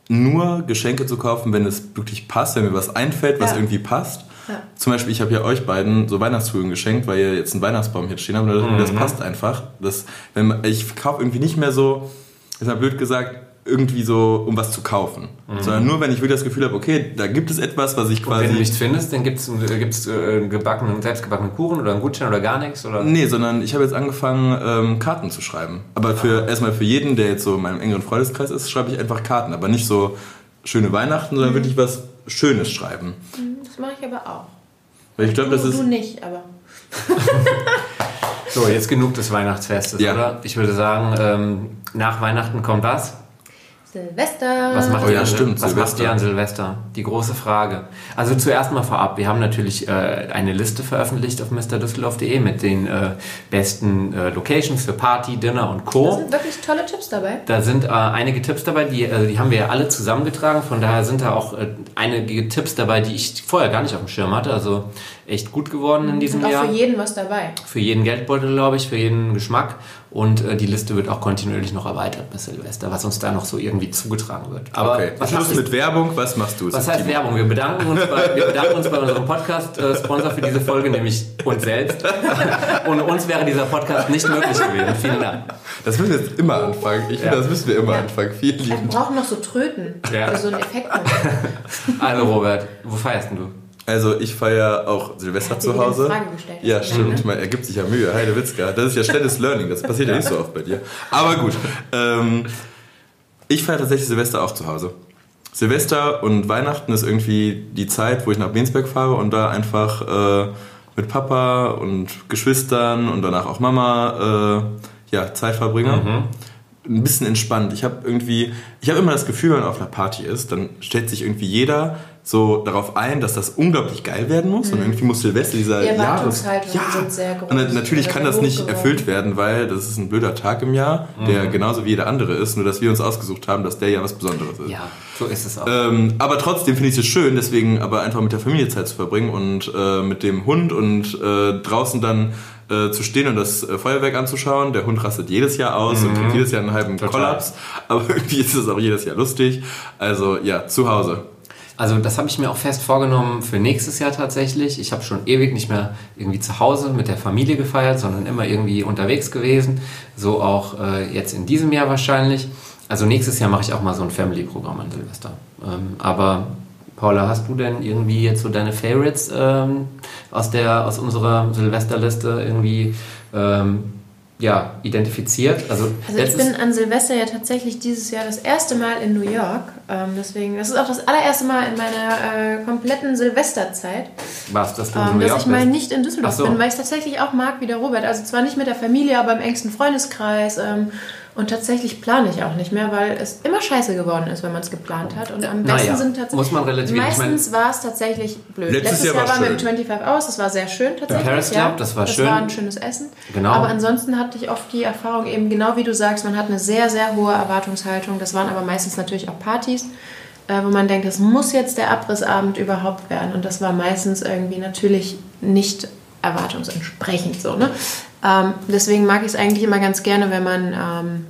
Speaker 3: nur Geschenke zu kaufen, wenn es wirklich passt, wenn mir was einfällt, was
Speaker 1: Ja.
Speaker 3: irgendwie passt.
Speaker 1: Ja.
Speaker 3: Zum Beispiel, ich habe ja euch beiden so Weihnachtskugeln geschenkt, weil ihr jetzt einen Weihnachtsbaum hier stehen habt. Und das- Das passt einfach. Das, wenn man, ich kaufe irgendwie nicht mehr so, ist mal blöd gesagt, irgendwie so, um was zu kaufen. Sondern nur, wenn ich wirklich das Gefühl habe, okay, da gibt es etwas, was ich quasi...
Speaker 2: Wenn du nichts findest, dann gibt's äh, gibt's, äh, einen gebackenen, selbstgebackenen Kuchen oder einen Gutschein oder gar nichts. Oder
Speaker 3: Nee, sondern ich habe jetzt angefangen, ähm, Karten zu schreiben. Aber
Speaker 1: Ah.
Speaker 3: für erstmal für jeden, der jetzt so in meinem engeren Freundeskreis ist, schreibe ich einfach Karten. Aber nicht so schöne Weihnachten,
Speaker 1: Mhm.
Speaker 3: sondern wirklich was Schönes schreiben.
Speaker 1: Das mache ich aber auch.
Speaker 3: Weil ich glaube, das
Speaker 1: du,
Speaker 3: ist.
Speaker 1: du nicht, aber.
Speaker 2: So, jetzt genug des Weihnachtsfestes,
Speaker 3: Ja.
Speaker 2: oder? Ich würde sagen, ähm, nach Weihnachten kommt was?
Speaker 1: Silvester.
Speaker 2: Was macht,
Speaker 3: Oh
Speaker 2: ihr,
Speaker 3: ja,
Speaker 2: an,
Speaker 3: stimmt,
Speaker 2: was macht
Speaker 3: Silvester.
Speaker 2: ihr an Silvester? Die große Frage. Also zuerst mal vorab, wir haben natürlich äh, eine Liste veröffentlicht auf mrdüsseldorf.de mit den äh, besten äh, Locations für Party, Dinner und Co.
Speaker 1: Da sind wirklich tolle Tipps dabei.
Speaker 2: Da sind äh, einige Tipps dabei, die, äh, die haben wir ja alle zusammengetragen. Von daher sind da auch äh, einige Tipps dabei, die ich vorher gar nicht auf dem Schirm hatte. Also echt gut geworden in diesem
Speaker 1: Und auch
Speaker 2: Jahr.
Speaker 1: für jeden was dabei.
Speaker 2: Für jeden Geldbeutel, glaube ich, für jeden Geschmack. Und äh, die Liste wird auch kontinuierlich noch erweitert bis Silvester, was uns da noch so irgendwie zugetragen wird. Aber
Speaker 3: Okay,
Speaker 2: was,
Speaker 3: Schluss
Speaker 2: macht
Speaker 3: mit Werbung, was machst du?
Speaker 2: was heißt
Speaker 3: Timo?
Speaker 2: Werbung? Wir bedanken uns bei, wir bedanken uns bei unserem Podcast-Sponsor für diese Folge, nämlich uns selbst. Ohne uns wäre dieser Podcast nicht möglich gewesen. Vielen Dank.
Speaker 3: Das müssen wir jetzt immer anfangen. Ich
Speaker 2: Ja.
Speaker 3: finde, das müssen wir immer
Speaker 1: Ja.
Speaker 3: anfangen. Vielen
Speaker 1: Wir
Speaker 3: lieben
Speaker 1: brauchen noch so Tröten
Speaker 2: Ja.
Speaker 1: für so einen Effekt.
Speaker 2: Also Robert, wo feierst denn du?
Speaker 3: Also ich feiere auch Silvester
Speaker 1: Hat sie
Speaker 3: zu
Speaker 1: dir eine
Speaker 3: Hause.
Speaker 1: Frage gestellt?
Speaker 3: Ja, stimmt. Man ergibt sich ja Mühe. Heide Witzka. Das ist ja schnelles Learning. Das passiert ja nicht so oft bei dir. Aber gut. Ähm, ich feiere tatsächlich Silvester auch zu Hause. Silvester und Weihnachten ist irgendwie die Zeit, wo ich nach Bensberg fahre und da einfach äh, mit Papa und Geschwistern und danach auch Mama äh, ja, Zeit verbringe ein bisschen entspannt. Ich habe irgendwie, ich habe immer das Gefühl, wenn man auf einer Party ist, dann stellt sich irgendwie jeder so darauf ein, dass das unglaublich geil werden muss und irgendwie muss Silvester dieser
Speaker 1: Mhm. Die
Speaker 3: Jahres
Speaker 1: Erwartungshaltungen sind sehr groß.
Speaker 3: und na- natürlich
Speaker 1: Oder
Speaker 3: kann das
Speaker 1: hoch
Speaker 3: nicht
Speaker 1: geworden.
Speaker 3: erfüllt werden, weil das ist ein blöder Tag im Jahr, der genauso wie jeder andere ist, nur dass wir uns ausgesucht haben, dass der ja was Besonderes ist.
Speaker 2: Ja, so ist es auch.
Speaker 3: Ähm, aber trotzdem finde ich es schön, deswegen aber einfach mit der Familie Zeit zu verbringen und äh, mit dem Hund und äh, draußen dann äh, zu stehen und das äh, Feuerwerk anzuschauen. Der Hund rastet jedes Jahr aus und kriegt jedes Jahr einen halben
Speaker 2: Total.
Speaker 3: Kollaps, aber irgendwie ist es auch jedes Jahr lustig. Also ja, zu Hause.
Speaker 2: Also das habe ich mir auch fest vorgenommen für nächstes Jahr tatsächlich. Ich habe schon ewig nicht mehr irgendwie zu Hause mit der Familie gefeiert, sondern immer irgendwie unterwegs gewesen. So auch äh, jetzt in diesem Jahr wahrscheinlich. Also nächstes Jahr mache ich auch mal so ein Family-Programm an Silvester. Ähm, aber Paula, hast du denn irgendwie jetzt so deine Favorites ähm, aus, der, aus unserer Silvesterliste irgendwie ähm, ja, identifiziert? Also,
Speaker 1: Also ich
Speaker 2: letztes-
Speaker 1: bin an Silvester ja tatsächlich dieses Jahr das erste Mal in New York. Ähm, deswegen, das ist auch das allererste Mal in meiner äh, kompletten Silvesterzeit,
Speaker 2: was, dass du in
Speaker 1: ähm,
Speaker 2: New
Speaker 1: dass
Speaker 2: York
Speaker 1: ich mal
Speaker 2: bist?
Speaker 1: nicht in Düsseldorf
Speaker 2: Äh, Ach so.
Speaker 1: bin, weil ich es tatsächlich auch mag wie der Robert. Also zwar nicht mit der Familie, aber im engsten Freundeskreis. Ähm, und tatsächlich plane ich auch nicht mehr, weil es immer scheiße geworden ist, wenn man es geplant hat. Und am
Speaker 2: Na
Speaker 1: besten
Speaker 2: ja,
Speaker 1: sind tatsächlich.
Speaker 2: muss man relativieren. Ich meine-
Speaker 1: Meistens war es tatsächlich blöd.
Speaker 3: Letztes Jahr war
Speaker 1: waren wir im
Speaker 3: schön.
Speaker 1: 25 aus, das war sehr schön tatsächlich.
Speaker 2: Paris
Speaker 1: ja.
Speaker 2: Club, das war
Speaker 1: das
Speaker 2: schön.
Speaker 1: War ein schönes Essen.
Speaker 2: Genau.
Speaker 1: Aber ansonsten hatte ich oft die Erfahrung, eben genau wie du sagst, man hat eine sehr, sehr hohe Erwartungshaltung. Das waren aber meistens natürlich auch Partys, äh, wo man denkt, das muss jetzt der Abrissabend überhaupt werden. Und das war meistens irgendwie natürlich nicht erwartungsentsprechend so. Ne? Ähm, deswegen mag ich es eigentlich immer ganz gerne, wenn man ähm,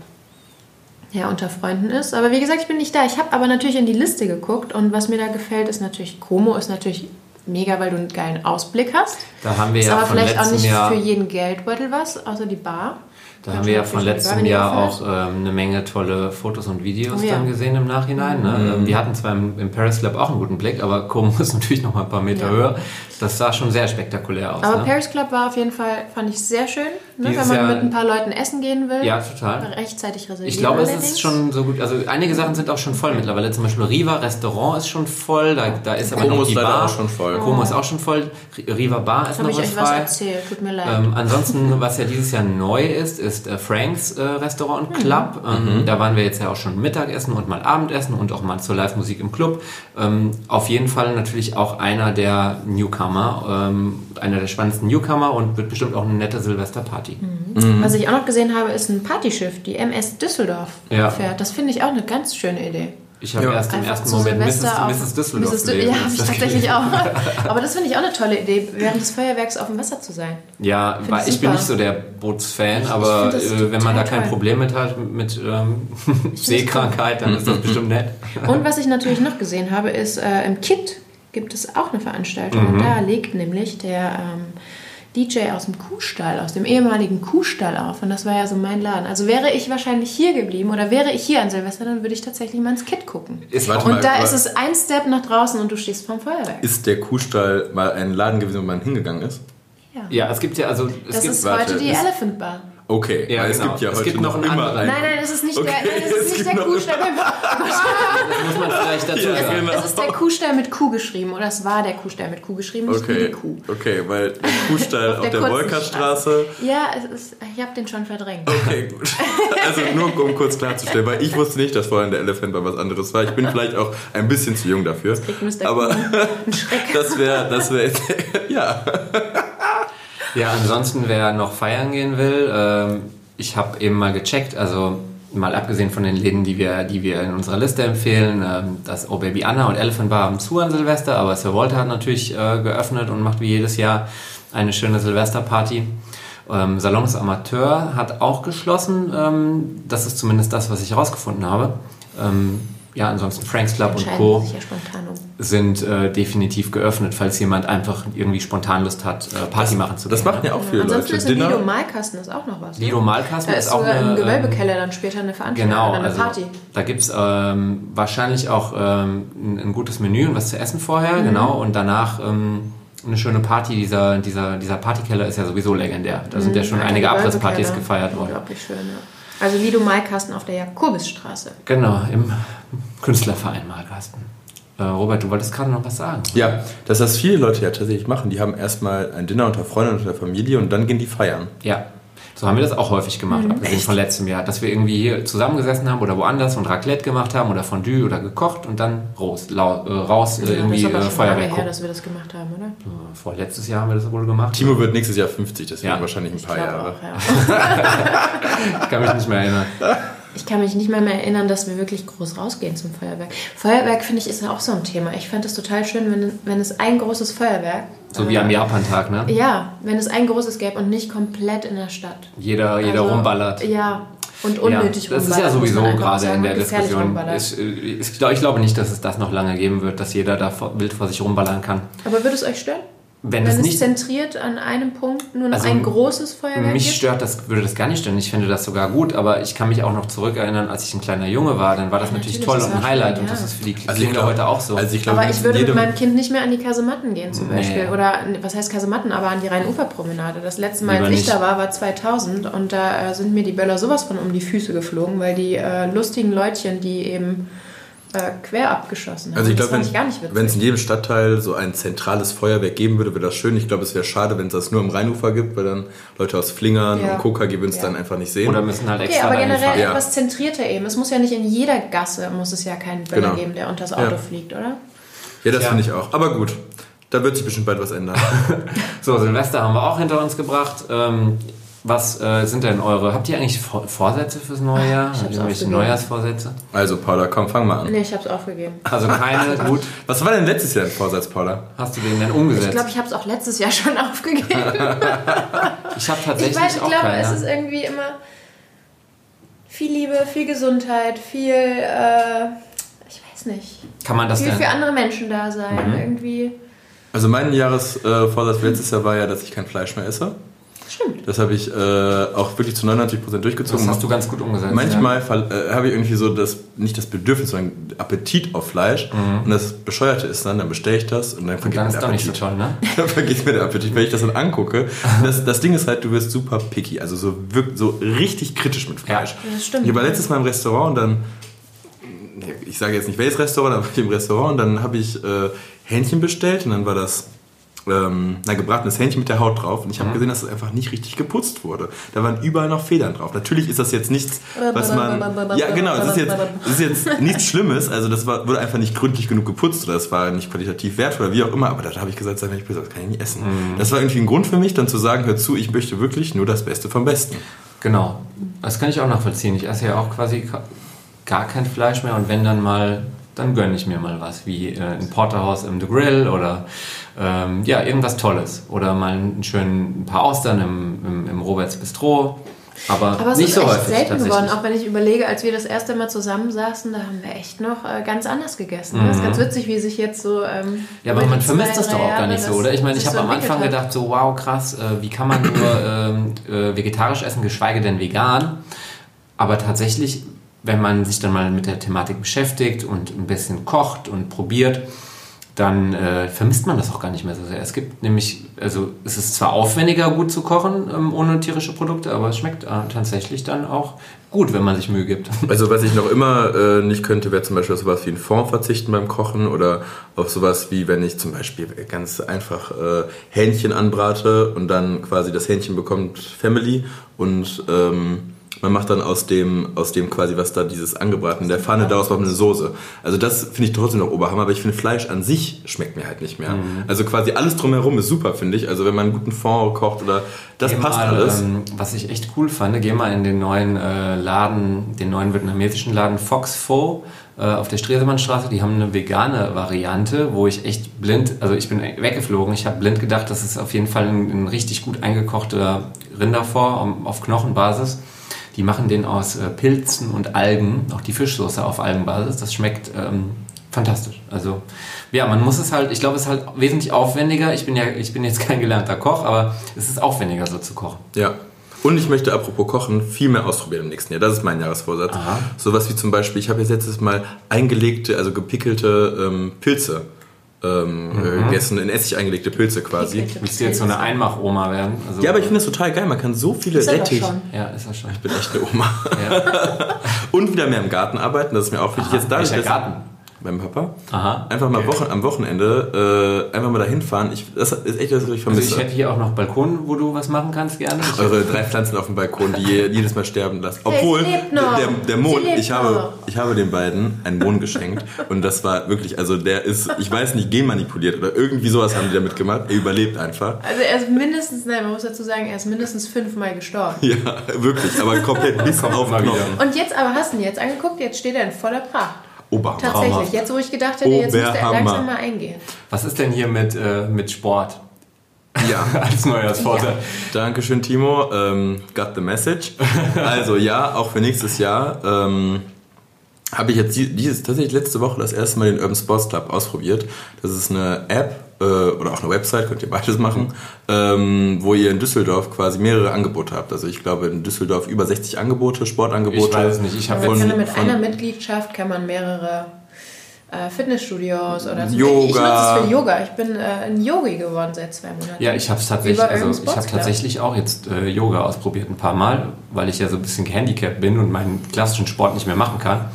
Speaker 1: ja, unter Freunden ist. Aber wie gesagt, ich bin nicht da. Ich habe aber natürlich in die Liste geguckt und was mir da gefällt, ist natürlich Como, ist natürlich mega, weil du einen geilen Ausblick hast.
Speaker 2: Da haben wir
Speaker 1: Ist
Speaker 2: ja
Speaker 1: aber
Speaker 2: von
Speaker 1: vielleicht auch
Speaker 2: letztem
Speaker 1: nicht
Speaker 2: Jahr
Speaker 1: für jeden Geldbeutel was, außer die Bar.
Speaker 2: Da haben wir ja von
Speaker 1: Natürlich die
Speaker 2: letztem
Speaker 1: Bar, wenn
Speaker 2: Jahr
Speaker 1: die
Speaker 2: auch
Speaker 1: offen
Speaker 2: ähm, eine Menge tolle Fotos und Videos
Speaker 1: Oh ja.
Speaker 2: dann gesehen im Nachhinein. Ne?
Speaker 3: Mhm.
Speaker 2: Ähm, Wir hatten zwar im, im Paris Club auch einen guten Blick, aber Como ist natürlich noch mal ein paar Meter
Speaker 1: Ja.
Speaker 2: höher. Das sah schon sehr spektakulär aus.
Speaker 1: Aber
Speaker 2: ne?
Speaker 1: Paris Club war auf jeden Fall, fand ich sehr schön, ne?
Speaker 2: Dieses
Speaker 1: wenn man
Speaker 2: Jahr-
Speaker 1: mit ein paar Leuten essen gehen will.
Speaker 2: Ja, total.
Speaker 1: Rechtzeitig reservieren.
Speaker 2: Ich glaube, es
Speaker 1: allerdings.
Speaker 2: ist schon so gut. Also einige Sachen sind auch schon voll mittlerweile. Zum Beispiel Riva Restaurant ist schon voll. Da, da ist aber
Speaker 3: Como
Speaker 2: noch
Speaker 3: ist
Speaker 2: die
Speaker 3: leider
Speaker 2: Bar.
Speaker 3: auch schon voll.
Speaker 2: Como ist auch schon voll. Riva Bar ist
Speaker 1: Habe
Speaker 2: noch
Speaker 1: Oh. ich
Speaker 2: was
Speaker 1: euch was
Speaker 2: frei.
Speaker 1: erzählt, tut mir leid.
Speaker 2: Ähm, ansonsten, was ja dieses Jahr neu ist, ist äh, Franks äh, Restaurant
Speaker 1: Mhm.
Speaker 2: und Club. Ähm,
Speaker 3: Mhm.
Speaker 2: Da waren wir jetzt ja auch schon Mittagessen und mal Abendessen und auch mal zur Live-Musik im Club. Ähm, auf jeden Fall natürlich auch einer der Newcomer, ähm, einer der spannendsten Newcomer und wird bestimmt auch eine nette Silvesterparty.
Speaker 1: Mhm. Was ich auch noch gesehen habe, ist ein Partyschiff, die MS Düsseldorf
Speaker 2: Ja.
Speaker 1: fährt. Das finde ich auch eine ganz schöne Idee.
Speaker 2: Ich habe
Speaker 3: Ja.
Speaker 2: erst im
Speaker 1: Einfach
Speaker 2: ersten
Speaker 1: zu
Speaker 2: Moment Mrs.
Speaker 1: Silvester auf-
Speaker 2: Mrs. Düsseldorf
Speaker 1: Mrs. Dü-
Speaker 2: gelesen.
Speaker 1: Ja, habe ich
Speaker 2: Das-
Speaker 1: tatsächlich auch. Aber das finde ich auch eine tolle Idee, während des Feuerwerks auf dem Wasser zu sein.
Speaker 2: Ja,
Speaker 1: Find
Speaker 2: weil
Speaker 1: ich
Speaker 2: ich bin
Speaker 1: super.
Speaker 2: nicht so der Bootsfan, aber
Speaker 1: find das
Speaker 2: äh, wenn man da
Speaker 1: total
Speaker 2: kein
Speaker 1: toll.
Speaker 2: Problem mit hat, mit ähm,
Speaker 1: das
Speaker 2: Seekrankheit, dann ist das bestimmt nett.
Speaker 1: Und was ich natürlich noch gesehen habe, ist äh, im KIT gibt es auch eine Veranstaltung.
Speaker 3: Mhm.
Speaker 1: Und da legt nämlich der ähm, DJ aus dem Kuhstall, aus dem ehemaligen Kuhstall auf. Und das war ja so mein Laden. Also wäre ich wahrscheinlich hier geblieben oder wäre ich hier an Silvester, dann würde ich tatsächlich mal ins KIT gucken.
Speaker 2: Ist
Speaker 3: Warte
Speaker 2: auch
Speaker 3: mal,
Speaker 1: Und da
Speaker 3: aber-
Speaker 1: ist es ein Step nach draußen und du stehst vorm Feuerwerk.
Speaker 3: Ist der Kuhstall mal ein Laden gewesen, wo man hingegangen ist?
Speaker 2: Ja, es gibt ja also es
Speaker 1: Das
Speaker 2: gibt
Speaker 1: ist
Speaker 3: warte,
Speaker 1: heute die
Speaker 3: ist-
Speaker 1: Elephant Bar.
Speaker 3: Okay,
Speaker 2: Ja,
Speaker 3: weil es
Speaker 2: genau.
Speaker 3: gibt ja
Speaker 2: Es
Speaker 3: heute
Speaker 2: gibt noch
Speaker 3: noch
Speaker 2: einen
Speaker 3: immer
Speaker 2: anderen.
Speaker 1: Nein, nein, das ist nicht
Speaker 3: Okay,
Speaker 1: der, nein, das
Speaker 3: es
Speaker 1: ist nicht
Speaker 3: gibt
Speaker 1: der
Speaker 3: noch-
Speaker 1: Kuhstall.
Speaker 2: Das muss man vielleicht dazu
Speaker 3: Ja,
Speaker 2: sagen.
Speaker 3: genau.
Speaker 1: Es ist der Kuhstall mit Q geschrieben oder es war der Kuhstall mit Q geschrieben, nicht nur die
Speaker 3: Okay,
Speaker 1: Kuh.
Speaker 3: okay, weil der Kuhstall auf
Speaker 1: der
Speaker 3: der,
Speaker 1: kurzen
Speaker 3: Wolkerstraße.
Speaker 1: Ja, es ist, ich habe den schon verdrängt.
Speaker 3: Okay, gut. Also nur um kurz klarzustellen, weil ich wusste nicht, dass vorhin der Elefant mal was anderes war. Ich bin vielleicht auch ein bisschen zu jung dafür.
Speaker 1: Mr.
Speaker 3: Aber
Speaker 1: Ein Schreck.
Speaker 3: das wäre, das wäre, ja.
Speaker 2: Ja, ansonsten, wer noch feiern gehen will, ähm, ich habe eben mal gecheckt, also mal abgesehen von den Läden, die wir, die wir in unserer Liste empfehlen, ähm, das Oh Baby Anna und Elephant Bar haben zu an Silvester, aber Sir hat natürlich äh, geöffnet und macht wie jedes Jahr eine schöne Silvesterparty. Ähm, Salons Amateur hat auch geschlossen, ähm, das ist zumindest das, was ich herausgefunden habe. Ähm, ja, ansonsten Franks Club und
Speaker 1: Entscheiden
Speaker 2: Co.
Speaker 1: Sie sich ja spontan um.
Speaker 2: sind äh, definitiv geöffnet, falls jemand einfach irgendwie spontan Lust hat, äh, Party machen zu
Speaker 3: Das
Speaker 2: gehen. ne?
Speaker 3: machen ja auch viele
Speaker 1: Ansonsten
Speaker 3: Leute.
Speaker 1: ist im Lido
Speaker 3: Dinner,
Speaker 1: Malkasten ist auch noch was. ne?
Speaker 2: Lido Malkasten
Speaker 1: Da ist sogar
Speaker 2: eine,
Speaker 1: im
Speaker 2: ähm,
Speaker 1: Gewölbekeller dann später eine Veranstaltung
Speaker 2: Genau,
Speaker 1: oder eine
Speaker 2: also
Speaker 1: Party.
Speaker 2: da gibt es ähm, wahrscheinlich auch ähm, ein, ein gutes Menü und was zu essen vorher,
Speaker 1: Mhm.
Speaker 2: genau, und danach ähm, eine schöne Party. Dieser, dieser, dieser Partykeller ist ja sowieso legendär. Da sind ja schon
Speaker 1: Ja,
Speaker 2: einige
Speaker 1: Mhm. Gewölbekeller.
Speaker 2: Abrisspartys gefeiert worden.
Speaker 1: Unglaublich schön, ja. Also Lido Malkasten auf der Jakobusstraße.
Speaker 2: Genau, im Künstlerverein Malkasten. Äh, Robert, du wolltest gerade noch was sagen.
Speaker 3: ja, dass das viele Leute ja tatsächlich machen. Die haben erstmal ein Dinner unter Freunden und unter Familie und dann gehen die feiern.
Speaker 2: Ja. So haben wir das auch häufig gemacht,
Speaker 1: Mhm.
Speaker 2: abgesehen von letztem Jahr. Dass wir irgendwie hier zusammengesessen haben oder woanders und Raclette gemacht haben oder Fondue oder gekocht und dann raus, lau, äh, raus äh, irgendwie
Speaker 1: das ist aber
Speaker 2: äh,
Speaker 1: schon
Speaker 2: Feuer
Speaker 1: lange her,
Speaker 2: weggucken.
Speaker 1: dass wir das gemacht haben, oder?
Speaker 2: Äh, Vorletztes Jahr haben wir das wohl gemacht.
Speaker 3: Timo wird nächstes Jahr 50, deswegen
Speaker 2: Ja.
Speaker 3: wahrscheinlich ein paar
Speaker 1: Ich glaub
Speaker 3: Jahre.
Speaker 1: auch, ja.
Speaker 2: Ich kann mich nicht mehr erinnern.
Speaker 1: Ich kann mich nicht mal mehr erinnern, dass wir wirklich groß rausgehen zum Feuerwerk. Feuerwerk, finde ich, ist ja auch so ein Thema. Ich fände es total schön, wenn, wenn es ein großes Feuerwerk...
Speaker 2: So wie am Japan-Tag, ne?
Speaker 1: Ja, wenn es ein großes gäbe und nicht komplett in der Stadt.
Speaker 2: Jeder, jeder
Speaker 1: Also,
Speaker 2: rumballert.
Speaker 1: Ja, und unnötig
Speaker 2: ja, das ist ja
Speaker 1: rumballert, muss
Speaker 2: sowieso
Speaker 1: man einfach
Speaker 2: gerade
Speaker 1: sagen,
Speaker 2: in der
Speaker 1: und gefährlich
Speaker 2: Diskussion.
Speaker 1: rumballert.
Speaker 2: Ist, äh, ist, ich glaub- ich glaube nicht, dass es das noch lange geben wird, dass jeder da vor- wild vor sich rumballern kann.
Speaker 1: Aber würde es euch stören?
Speaker 2: Wenn,
Speaker 1: Wenn
Speaker 2: es
Speaker 1: es
Speaker 2: nicht
Speaker 1: zentriert an einem Punkt nur noch
Speaker 2: Also,
Speaker 1: ein großes Feuerwerk
Speaker 2: Mich
Speaker 1: gibt?
Speaker 2: stört das, würde das gar nicht stören. Ich finde das sogar gut, aber ich kann mich auch noch zurückerinnern, als ich ein kleiner Junge war, dann war das
Speaker 1: Ja,
Speaker 2: natürlich,
Speaker 1: natürlich,
Speaker 2: toll
Speaker 1: das
Speaker 2: und
Speaker 1: war
Speaker 2: ein Highlight
Speaker 1: schön,
Speaker 2: und das
Speaker 1: ja.
Speaker 2: ist für die Kinder
Speaker 3: ich glaube-
Speaker 2: heute auch so.
Speaker 3: Also ich glaube,
Speaker 1: Aber ich würde mit
Speaker 3: jedem-
Speaker 1: meinem Kind nicht mehr an die Kasematten gehen zum
Speaker 2: Nee.
Speaker 1: Beispiel. Oder an- was heißt Kasematten, aber an die Rheinuferpromenade. Das letzte Mal, als
Speaker 2: Lieber
Speaker 1: ich da
Speaker 2: nicht.
Speaker 1: war, war 2000 und da äh, sind mir die Böller sowas von um die Füße geflogen, weil die äh, lustigen Leutchen, die eben äh, quer abgeschossen haben.
Speaker 3: Also ich glaube,
Speaker 1: das fand ich gar nicht
Speaker 3: wenn wenn es
Speaker 1: witzig.
Speaker 3: in jedem Stadtteil so ein zentrales Feuerwerk geben würde, wäre das schön. Ich glaube, es wäre schade, wenn es das nur am Rheinufer gibt, weil dann Leute aus Flingern
Speaker 1: Ja.
Speaker 3: und Koka würden es
Speaker 1: Ja.
Speaker 3: dann einfach nicht sehen.
Speaker 2: Oder müssen halt
Speaker 1: Okay,
Speaker 2: extra
Speaker 1: aber
Speaker 2: dahin
Speaker 1: generell
Speaker 2: fahren.
Speaker 3: Ja.
Speaker 1: etwas zentrierter eben. Es muss ja nicht in jeder Gasse, muss es ja keinen Böller
Speaker 3: Genau.
Speaker 1: geben, der unter das Auto
Speaker 3: Ja.
Speaker 1: fliegt, oder?
Speaker 3: ja, das
Speaker 2: Tja.
Speaker 3: finde ich auch. Aber gut, da wird sich bestimmt bald was ändern.
Speaker 2: So, Silvester haben wir auch hinter uns gebracht. Ähm, was äh, sind denn eure? Habt ihr eigentlich Vor Vorsätze fürs neue Jahr?
Speaker 1: hab's
Speaker 2: Habt ihr irgendwelche
Speaker 1: aufgegeben.
Speaker 2: Neujahrsvorsätze?
Speaker 3: Also Paula, komm, fang mal an.
Speaker 1: Nee, ich habe es aufgegeben.
Speaker 2: Also keine, gut.
Speaker 3: Was war denn letztes Jahr ein Vorsatz, Paula?
Speaker 2: Hast du den denn
Speaker 1: Ich
Speaker 2: umgesetzt?
Speaker 1: glaube, ich habe es auch letztes Jahr schon aufgegeben.
Speaker 2: ich habe
Speaker 1: Ich
Speaker 2: tatsächlich
Speaker 1: weiß, ich
Speaker 2: auch
Speaker 1: glaube,
Speaker 2: keine.
Speaker 1: es ist irgendwie immer viel Liebe, viel Gesundheit, viel, äh, ich weiß nicht,
Speaker 2: Kann man das
Speaker 1: viel
Speaker 2: denn?
Speaker 1: für andere Menschen da sein. Irgendwie.
Speaker 3: Also mein Jahresvorsatz für letztes Jahr war ja, dass ich kein Fleisch mehr esse.
Speaker 1: Stimmt.
Speaker 3: Das habe ich äh, auch wirklich zu 99% durchgezogen.
Speaker 2: Das hast du ganz gut umgesetzt.
Speaker 3: Manchmal verl- äh, habe ich irgendwie so das, nicht das Bedürfnis, sondern Appetit auf Fleisch. Und das Bescheuerte ist dann, dann bestelle ich das und
Speaker 2: Ja.
Speaker 3: dann
Speaker 2: Mhm. Und
Speaker 3: vergeht
Speaker 2: dann
Speaker 3: mir
Speaker 2: ist
Speaker 3: der
Speaker 2: doch nicht
Speaker 3: Appetit.
Speaker 2: so toll, ne?
Speaker 3: dann vergeht mir der Appetit, wenn ich das dann angucke. Das, das Ding ist halt, du wirst super picky, also so, wirk- so richtig kritisch mit Fleisch.
Speaker 1: Ja, das stimmt.
Speaker 3: Ich war letztes Mal im Restaurant und dann, nee, ich sage jetzt nicht welches Restaurant, aber ich im Restaurant und dann habe ich äh, Hähnchen bestellt und dann war das ähm, na, gebratenes Hähnchen mit der Haut drauf und ich habe gesehen, dass es einfach nicht richtig geputzt wurde. Da waren überall noch Federn drauf. Natürlich ist das jetzt nichts, was man... Ja, genau, es ist jetzt, es ist jetzt nichts Schlimmes. Also das war, wurde einfach nicht gründlich genug geputzt oder es war nicht qualitativ wert oder wie auch immer. Aber da habe ich gesagt, sei mir nicht böse, das kann ich nicht essen. Das war irgendwie ein Grund für mich, dann zu sagen, hör zu, ich möchte wirklich nur das Beste vom Besten.
Speaker 2: Genau. Das kann ich auch nachvollziehen. Ich esse ja auch quasi ka- gar kein Fleisch mehr und wenn dann mal, dann gönne ich mir mal was, wie äh, ein Porterhouse im The Grill oder ähm, ja, irgendwas Tolles. Oder mal einen schönen ein paar Austern im, im, im Roberts Bistro. Aber,
Speaker 1: Aber es
Speaker 2: nicht
Speaker 1: ist
Speaker 2: so
Speaker 1: echt
Speaker 2: häufig
Speaker 1: selten
Speaker 2: tatsächlich.
Speaker 1: geworden, auch wenn ich überlege, als wir das erste Mal zusammensaßen, da haben wir echt noch äh, ganz anders gegessen. Das ist ganz witzig, wie sich jetzt so. Ähm,
Speaker 2: Mhm. Ja, aber
Speaker 1: über
Speaker 2: man
Speaker 1: die
Speaker 2: vermisst
Speaker 1: zwei,
Speaker 2: das
Speaker 1: drei
Speaker 2: doch auch gar
Speaker 1: Jahre
Speaker 2: nicht so,
Speaker 1: das
Speaker 2: oder? Ich meine,
Speaker 1: sich
Speaker 2: ich habe
Speaker 1: so
Speaker 2: am
Speaker 1: entwickelt
Speaker 2: Anfang
Speaker 1: hat.
Speaker 2: gedacht, so wow, krass, äh, wie kann man nur ähm, äh, vegetarisch essen, geschweige denn vegan. Aber tatsächlich, wenn man sich dann mal mit der Thematik beschäftigt und ein bisschen kocht und probiert, dann äh, vermisst man das auch gar nicht mehr so sehr. Es gibt nämlich, also es ist zwar aufwendiger gut zu kochen ähm, ohne tierische Produkte, aber es schmeckt äh, tatsächlich dann auch gut, wenn man sich Mühe gibt.
Speaker 3: Also was ich noch immer äh, nicht könnte, wäre zum Beispiel auf sowas wie ein Fond verzichten beim Kochen oder auf sowas wie, wenn ich zum Beispiel ganz einfach äh, Hähnchen anbrate und dann quasi das Hähnchen bekommt Family und ähm, man macht dann aus dem, aus dem quasi, was da dieses angebraten in der Pfanne, daraus macht man eine Soße. Also das finde ich trotzdem noch Oberhammer, aber ich finde Fleisch an sich schmeckt mir halt nicht mehr. Also quasi alles drumherum ist super, finde ich. Also wenn man einen guten Fond kocht oder das
Speaker 2: Geh
Speaker 3: passt
Speaker 2: mal,
Speaker 3: alles.
Speaker 2: Ähm, was ich echt cool fand, geh mal in den neuen äh, Laden, den neuen vietnamesischen Laden Fox Pho äh, auf der Stresemannstraße. Die haben eine vegane Variante, wo ich echt blind, also ich bin weggeflogen. Ich habe blind gedacht, das ist auf jeden Fall ein, ein richtig gut eingekochter Rinderfond am- auf Knochenbasis. Die machen den aus äh, Pilzen und Algen, auch die Fischsoße auf Algenbasis. Das schmeckt ähm, fantastisch. Also ja, man muss es halt, ich glaube, es ist halt wesentlich aufwendiger. Ich bin ja, ich bin jetzt kein gelernter Koch, aber es ist aufwendiger so zu kochen.
Speaker 3: Ja. Und ich möchte apropos Kochen viel mehr ausprobieren im nächsten Jahr. Das ist mein Jahresvorsatz.
Speaker 2: Aha.
Speaker 3: Sowas wie zum Beispiel, ich habe jetzt letztes Mal eingelegte, also gepickelte ähm, Pilze ähm,
Speaker 2: Mhm.
Speaker 3: äh, gegessen, in Essig eingelegte Pilze quasi.
Speaker 1: Pickelte.
Speaker 2: Willst du jetzt so eine Einmachoma werden? Also,
Speaker 3: Ja, aber ich finde das total geil. Man kann so viele
Speaker 1: Ist er doch
Speaker 3: Rettich.
Speaker 1: schon.
Speaker 2: Ja, ist das schon.
Speaker 3: Ich bin echt eine Oma.
Speaker 2: Ja.
Speaker 3: Und wieder mehr im Garten arbeiten, das ist mir auch wichtig. Jetzt dadurch,
Speaker 2: Welcher
Speaker 3: dass-
Speaker 2: Garten?
Speaker 3: Beim Papa.
Speaker 2: Aha.
Speaker 3: Einfach mal Wochen, am Wochenende äh, einfach mal dahin fahren. Ich, das ist echt das, was ich
Speaker 2: Also
Speaker 3: vermisse.
Speaker 2: ich hätte hier auch noch Balkon, wo du was machen kannst gerne. Ich-
Speaker 3: Eure drei Pflanzen auf dem Balkon, die je- jedes Mal sterben lassen.
Speaker 1: es
Speaker 3: Obwohl,
Speaker 1: lebt
Speaker 3: der,
Speaker 1: noch.
Speaker 3: der, der Mond,
Speaker 1: Sie lebt
Speaker 3: ich habe,
Speaker 1: noch.
Speaker 3: ich habe den beiden einen Mond geschenkt. Und das war wirklich, also der ist, ich weiß nicht, genmanipuliert oder irgendwie sowas haben die damit gemacht. Er überlebt einfach.
Speaker 1: Also er ist mindestens, nein, man muss dazu sagen, er ist mindestens fünfmal gestorben.
Speaker 3: Ja, wirklich, aber komplett bis auf
Speaker 2: mal wieder.
Speaker 3: Knochen.
Speaker 1: Und jetzt aber hast du ihn jetzt angeguckt, jetzt steht er in voller Pracht.
Speaker 3: Oberhammer.
Speaker 1: Tatsächlich, jetzt wo ich gedacht
Speaker 3: Oh,
Speaker 1: hätte, jetzt müsste er
Speaker 3: Oberhammer.
Speaker 1: langsam mal eingehen.
Speaker 2: Was ist denn hier mit, äh, mit Sport
Speaker 3: Ja.
Speaker 2: als Neujahrsvorteil?
Speaker 3: Dankeschön, Timo. Ähm, got the message. Also ja, auch für nächstes Jahr ähm, habe ich jetzt die- dieses tatsächlich letzte Woche das erste Mal den Urban Sports Club ausprobiert. Das ist eine App äh, oder auch eine Website, könnt ihr beides
Speaker 2: Mhm.
Speaker 3: machen, ähm, wo ihr in Düsseldorf quasi mehrere Angebote habt. Also ich glaube in Düsseldorf über 60 Angebote, Sportangebote.
Speaker 2: Ich weiß es nicht. Ich habe
Speaker 1: Also
Speaker 2: jetzt
Speaker 3: Von-
Speaker 1: kann man mit
Speaker 3: von-
Speaker 1: einer Mitgliedschaft kann man mehrere äh, Fitnessstudios oder so.
Speaker 3: Yoga.
Speaker 1: Ich nutze es für Yoga. Ich bin äh, ein Yogi geworden seit zwei Monaten.
Speaker 2: Ja, ich habe es tatsächlich,
Speaker 1: Wie bei
Speaker 2: also
Speaker 1: eurem
Speaker 2: ich habe
Speaker 1: Sportler.
Speaker 2: tatsächlich auch jetzt äh, Yoga ausprobiert ein paar Mal, weil ich ja so ein bisschen gehandicapt bin und meinen klassischen Sport nicht mehr machen kann.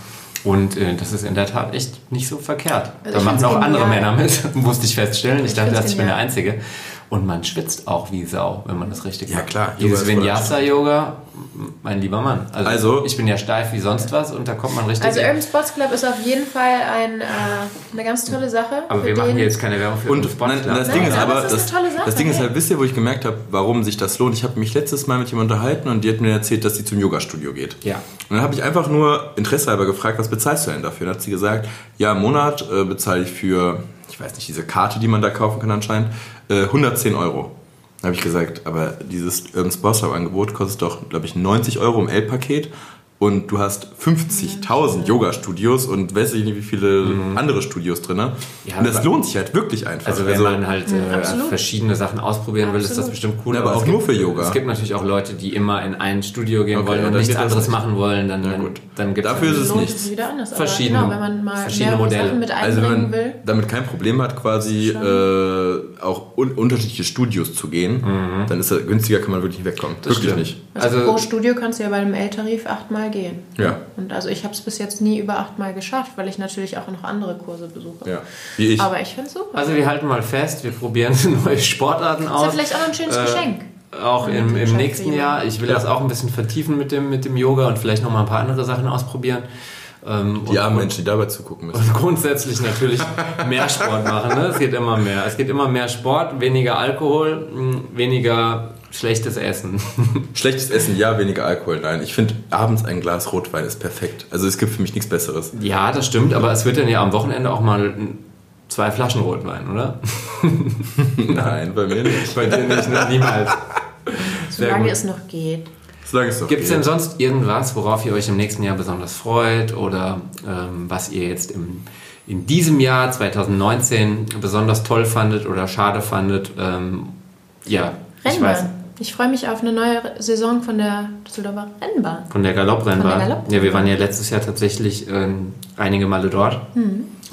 Speaker 2: Und äh, das ist in der Tat echt nicht so verkehrt.
Speaker 1: Also
Speaker 2: da
Speaker 1: ich
Speaker 2: machen
Speaker 1: find's
Speaker 2: auch andere Männer
Speaker 1: genial.
Speaker 2: mit, musste ich feststellen. Ich, dachte,
Speaker 1: find's
Speaker 2: dass ich bin der
Speaker 1: genial.
Speaker 2: Einzige. Und man schwitzt auch wie Sau, wenn man das richtig
Speaker 3: Ja,
Speaker 2: macht.
Speaker 3: klar. Yoga
Speaker 2: Dieses
Speaker 3: ist voll
Speaker 2: Vinyasa-Yoga, mein lieber Mann. Also,
Speaker 3: Also-
Speaker 2: ich bin ja steif wie sonst was und da kommt man richtig...
Speaker 1: Also Urban Sports Club ist auf jeden Fall ein, äh, eine ganz tolle Sache.
Speaker 2: aber
Speaker 1: für
Speaker 2: wir machen
Speaker 1: den-
Speaker 2: hier jetzt keine Werbung für
Speaker 3: Und
Speaker 2: den
Speaker 3: nein,
Speaker 2: Sportler.
Speaker 3: das Ding ist
Speaker 1: aber
Speaker 3: aber,
Speaker 1: das
Speaker 3: das,
Speaker 1: ist eine tolle Sache, ne?
Speaker 3: das Ding ist
Speaker 1: ey.
Speaker 3: halt, wisst ihr, wo ich gemerkt habe, warum sich das lohnt? Ich habe mich letztes Mal mit jemandem unterhalten und die hat mir erzählt, dass sie zum Yoga-Studio geht.
Speaker 2: Ja.
Speaker 3: Und dann habe ich einfach nur interessehalber gefragt, was bezahlst du denn dafür? Und dann hat sie gesagt, ja, im Monat äh, bezahle ich für, ich weiß nicht, diese Karte, die man da kaufen kann anscheinend, äh, 110 Euro. Dann habe ich gesagt, aber dieses ähm, Sportshop-Angebot kostet doch, glaube ich, 90 Euro im L-Paket. Und du hast 50.000 Yoga-Studios und weiß ich nicht, wie viele andere Studios drin.
Speaker 2: Mhm. Ja,
Speaker 3: und das
Speaker 2: aber-
Speaker 3: lohnt sich halt wirklich einfach.
Speaker 2: Also wenn man halt äh,
Speaker 1: Mhm, absolut.
Speaker 2: verschiedene Sachen ausprobieren will, ist das
Speaker 1: Absolut.
Speaker 2: bestimmt cool.
Speaker 3: Ja, aber
Speaker 2: es
Speaker 3: auch
Speaker 2: gibt,
Speaker 3: nur für Yoga.
Speaker 2: Es gibt natürlich auch Leute, die immer in ein Studio gehen
Speaker 3: Okay,
Speaker 2: wollen
Speaker 3: ja,
Speaker 2: und
Speaker 3: dann
Speaker 2: nichts
Speaker 3: geht das
Speaker 2: anderes
Speaker 3: nicht.
Speaker 2: machen wollen, dann,
Speaker 3: Ja,
Speaker 2: dann,
Speaker 3: gut.
Speaker 2: dann gibt
Speaker 3: Dafür ist es
Speaker 1: lohnt
Speaker 3: nichts.
Speaker 1: es wieder anders.
Speaker 2: Verschiedene-
Speaker 1: aber genau, wenn man mal
Speaker 2: verschiedene
Speaker 1: mehrere
Speaker 2: Modelle.
Speaker 1: Sachen mit
Speaker 3: Also
Speaker 1: einbringen
Speaker 3: wenn man
Speaker 1: will.
Speaker 3: damit kein Problem hat, quasi äh, auch un unterschiedliche Studios zu gehen, dann ist das günstiger, kann man wirklich nicht wegkommen. wirklich nicht.
Speaker 1: Also,
Speaker 2: Also
Speaker 1: pro Studio kannst du ja bei einem L-Tarif achtmal gehen.
Speaker 3: Ja.
Speaker 1: Und also ich habe es bis jetzt nie über achtmal geschafft, weil ich natürlich auch noch andere Kurse besuche.
Speaker 3: Ja. Wie ich.
Speaker 1: Aber ich finde es super.
Speaker 2: Also wir halten mal fest, wir probieren neue Sportarten
Speaker 1: ist ja
Speaker 2: aus.
Speaker 1: vielleicht auch noch ein schönes
Speaker 2: Äh,
Speaker 1: Geschenk.
Speaker 2: Auch im, im
Speaker 1: Geschenk
Speaker 2: nächsten
Speaker 1: für
Speaker 2: Jahr. Ich will
Speaker 3: Ja.
Speaker 2: das auch ein bisschen vertiefen mit dem, mit dem Yoga und vielleicht nochmal ein paar andere Sachen ausprobieren. Ähm,
Speaker 3: die armen
Speaker 2: und,
Speaker 3: Menschen, die dabei zugucken müssen.
Speaker 2: und grundsätzlich natürlich mehr Sport machen. Ne? Es geht immer mehr. Es geht immer mehr Sport, weniger Alkohol, mh, weniger schlechtes Essen.
Speaker 3: Schlechtes Essen, ja, weniger Alkohol, nein. Ich finde, abends ein Glas Rotwein ist perfekt. Also es gibt für mich nichts Besseres.
Speaker 2: Ja, das stimmt, aber es wird dann ja am Wochenende auch mal zwei Flaschen Rotwein, oder?
Speaker 3: Nein, bei mir nicht.
Speaker 2: Bei dir nicht, ne? niemals. Sehr
Speaker 1: Solange
Speaker 2: gut.
Speaker 1: es noch geht.
Speaker 3: Solange es doch
Speaker 2: Gibt es
Speaker 3: geht.
Speaker 2: denn sonst irgendwas, worauf ihr euch im nächsten Jahr besonders freut oder ähm, was ihr jetzt im, in diesem Jahr 2019 besonders toll fandet oder schade fandet? Ähm, ja, ich weiß.
Speaker 1: Rennbahn. Ich, freue mich auf eine neue Saison von der Düsseldorfer Rennbahn.
Speaker 2: Von der Galopprennbahn.
Speaker 1: Von der Galopprennbahn. Mhm.
Speaker 2: Ja, wir waren ja letztes Jahr tatsächlich ähm, einige Male dort.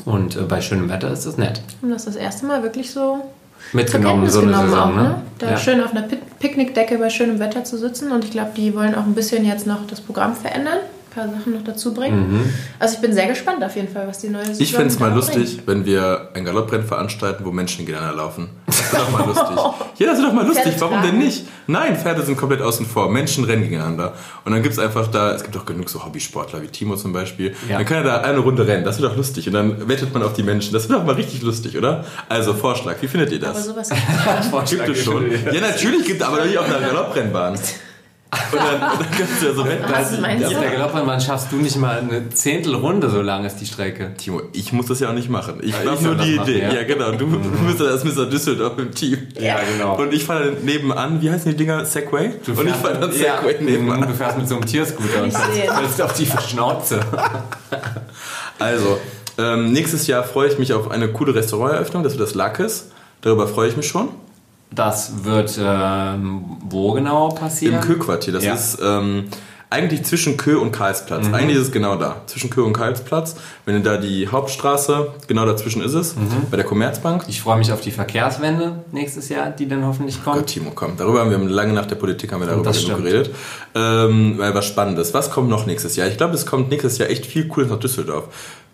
Speaker 2: Und äh, bei schönem Wetter ist das nett.
Speaker 1: Und das ist das erste Mal wirklich so
Speaker 2: Mitgenommen,
Speaker 1: zur Kenntnis
Speaker 2: so eine
Speaker 1: genommen
Speaker 2: Saison,
Speaker 1: auch,
Speaker 2: ne?
Speaker 1: Da
Speaker 2: Ja.
Speaker 1: schön auf einer Pi- Picknickdecke bei schönem Wetter zu sitzen. Und ich glaube, die wollen auch ein bisschen jetzt noch das Programm verändern, ein paar Sachen noch dazu bringen.
Speaker 2: Mhm.
Speaker 1: Also ich bin sehr gespannt auf jeden Fall, was die neue Saison
Speaker 3: Ich fände es mal
Speaker 1: da
Speaker 3: lustig,
Speaker 1: bringt.
Speaker 3: wenn wir ein Galopprennen veranstalten, wo Menschen gegeneinander laufen. Das wäre doch mal lustig. Ja, das wäre doch mal lustig.
Speaker 1: Pferde
Speaker 3: Warum
Speaker 1: tragen.
Speaker 3: denn nicht? Nein, Pferde sind komplett außen vor. Menschen rennen gegeneinander. Und dann gibt es einfach da, es gibt doch genug so Hobbysportler wie Timo zum Beispiel.
Speaker 2: Ja.
Speaker 3: Dann kann er da eine Runde rennen. Das wäre doch lustig. Und dann wettet man auf die Menschen. Das wäre doch mal richtig lustig, oder? Also Vorschlag, wie findet ihr
Speaker 1: Aber
Speaker 3: das?
Speaker 1: sowas gibt's nicht.
Speaker 3: Gibt es schon. Ja, natürlich gibt es, aber doch nicht auf einer Galopprennbahn. Und dann, und dann gibt es ja so
Speaker 1: Was
Speaker 3: Wettbewerbe.
Speaker 1: meinst
Speaker 2: Auf der
Speaker 1: du?
Speaker 2: Galopprennbahn schaffst du nicht mal eine Zehntelrunde, so lang ist die Strecke.
Speaker 3: Timo, ich muss das ja auch nicht machen. Ich
Speaker 2: Ja,
Speaker 3: ja,
Speaker 2: ich
Speaker 3: nur
Speaker 2: soll das
Speaker 3: die
Speaker 2: machen,
Speaker 3: Idee.
Speaker 2: ja. Mhm.
Speaker 3: ja. genau. Du, du bist ja das Mr. Düsseldorf im Team.
Speaker 2: Ja, genau.
Speaker 3: Und ich fahre dann nebenan, wie heißen die Dinger? Segway? und ich fahre dann Segway nebenan.
Speaker 2: Du fährst mit so einem Tierscooter und
Speaker 1: Ich sehe.
Speaker 2: fällst auf die Schnauze.
Speaker 3: Also, ähm, nächstes Jahr freue ich mich auf eine coole Restauranteröffnung, das wird das Lackes. Darüber freue ich mich schon.
Speaker 2: Das wird ähm, wo genau
Speaker 3: Im
Speaker 2: passieren?
Speaker 3: Kö-Quartier. Das
Speaker 2: Ja. Mhm.
Speaker 3: ist ähm, eigentlich zwischen Kö und Karlsplatz. Eigentlich ist es genau da. Zwischen Kö und Karlsplatz. Wenn du da die Hauptstraße, genau dazwischen ist es,
Speaker 2: Mhm.
Speaker 3: bei der Commerzbank.
Speaker 2: Ich freue mich auf die Verkehrswende nächstes Jahr, die dann hoffentlich
Speaker 3: Gott,
Speaker 2: kommt.
Speaker 3: Timo, komm. Darüber haben wir lange nach der Politik haben wir darüber
Speaker 2: Das
Speaker 3: genug
Speaker 2: stimmt.
Speaker 3: geredet. Ähm, weil was Spannendes. Was kommt noch nächstes Jahr? Ich glaube, es kommt nächstes Jahr echt viel Cooles nach Düsseldorf.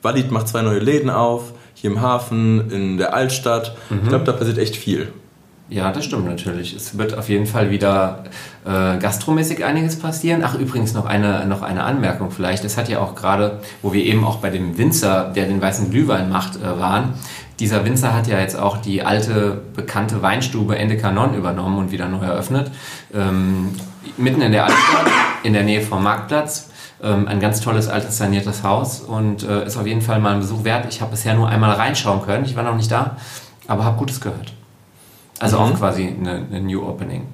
Speaker 3: Walid macht zwei neue Läden auf, hier im Hafen, in der Altstadt.
Speaker 2: Mhm.
Speaker 3: Ich glaube, da passiert echt viel.
Speaker 2: ja, das stimmt natürlich. Es wird auf jeden Fall wieder äh, gastromäßig einiges passieren. Ach, übrigens noch eine, noch eine Anmerkung vielleicht. Es hat ja auch gerade, wo wir eben auch bei dem Winzer, der den weißen Glühwein macht, äh, waren. Dieser Winzer hat ja jetzt auch die alte, bekannte Weinstube Ende Kanon übernommen und wieder neu eröffnet. Ähm, mitten in der Altstadt, in der Nähe vom Marktplatz. Ähm, ein ganz tolles, altes, saniertes Haus und äh, ist auf jeden Fall mal ein Besuch wert. Ich habe bisher nur einmal reinschauen können. Ich war noch nicht da, aber habe Gutes gehört. Also auch quasi eine, eine New Opening.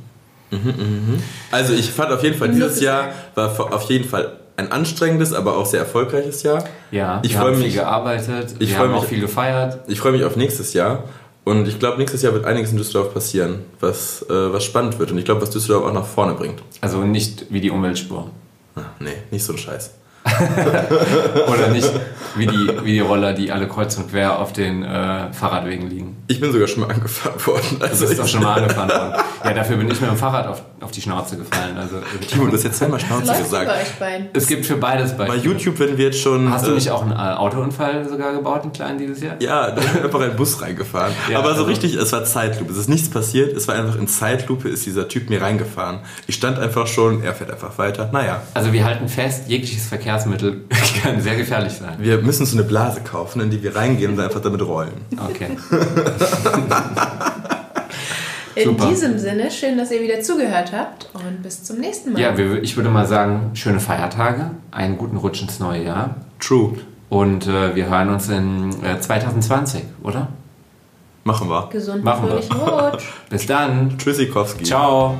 Speaker 3: Also ich fand auf jeden Fall,
Speaker 1: Mhm.
Speaker 3: dieses Jahr war vor- auf jeden Fall ein anstrengendes, aber auch sehr erfolgreiches Jahr.
Speaker 2: Ja,
Speaker 3: Ich
Speaker 2: wir
Speaker 3: freu
Speaker 2: haben viel
Speaker 3: mich.
Speaker 2: gearbeitet,
Speaker 3: Ich
Speaker 2: wir
Speaker 3: freu
Speaker 2: haben auch
Speaker 3: mich.
Speaker 2: viel gefeiert.
Speaker 3: Ich freue mich auf nächstes Jahr. Und ich glaube, nächstes Jahr wird einiges in Düsseldorf passieren, was, äh, was spannend wird. Und ich glaube, was Düsseldorf auch nach vorne bringt.
Speaker 2: Also nicht wie die Umweltspur
Speaker 3: Ah, nee, nicht so ein Scheiß.
Speaker 2: oder nicht wie die, wie die Roller, die alle kreuz und quer auf den äh, Fahrradwegen liegen.
Speaker 3: Ich bin sogar schon mal angefahren worden.
Speaker 2: Das
Speaker 3: Also
Speaker 2: ist doch
Speaker 3: ich-
Speaker 2: schon mal angefahren worden. Ja, dafür bin ich mit dem Fahrrad auf, auf die Schnauze gefallen. Also
Speaker 3: Timo, du hast jetzt zweimal Schnauze
Speaker 1: Läuft über
Speaker 3: gesagt.
Speaker 1: euch beiden.
Speaker 2: es gibt für beides
Speaker 3: Bei
Speaker 2: Beispiele.
Speaker 3: YouTube, wenn wir jetzt schon.
Speaker 2: Hast du
Speaker 3: äh,
Speaker 2: nicht auch einen äh, Autounfall sogar gebaut, einen kleinen dieses Jahr?
Speaker 3: Ja, da ist einfach ein Bus reingefahren.
Speaker 2: Ja,
Speaker 3: Aber
Speaker 2: also-
Speaker 3: so richtig, es war Zeitlupe. Es ist nichts passiert, es war einfach in Zeitlupe, ist dieser Typ mir reingefahren. Ich stand einfach schon, er fährt einfach weiter. Naja,
Speaker 2: Also wir halten fest, jegliches Verkehrsmittel kann sehr gefährlich sein.
Speaker 3: wir müssen uns so eine Blase kaufen, in die wir reingehen und dann einfach damit rollen.
Speaker 2: Okay.
Speaker 1: In
Speaker 2: Super.
Speaker 1: diesem Sinne, schön, dass ihr wieder zugehört habt und bis zum nächsten Mal.
Speaker 2: Ja, wir, ich würde mal sagen, schöne Feiertage, einen guten Rutsch ins neue Jahr
Speaker 3: True.
Speaker 2: und äh, wir hören uns in äh, 2020, oder?
Speaker 3: Machen wir.
Speaker 1: Gesunden,
Speaker 2: Machen wir.
Speaker 1: fröhlichen Rutsch.
Speaker 2: Bis dann.
Speaker 3: Tschüssikowski.
Speaker 2: Ciao.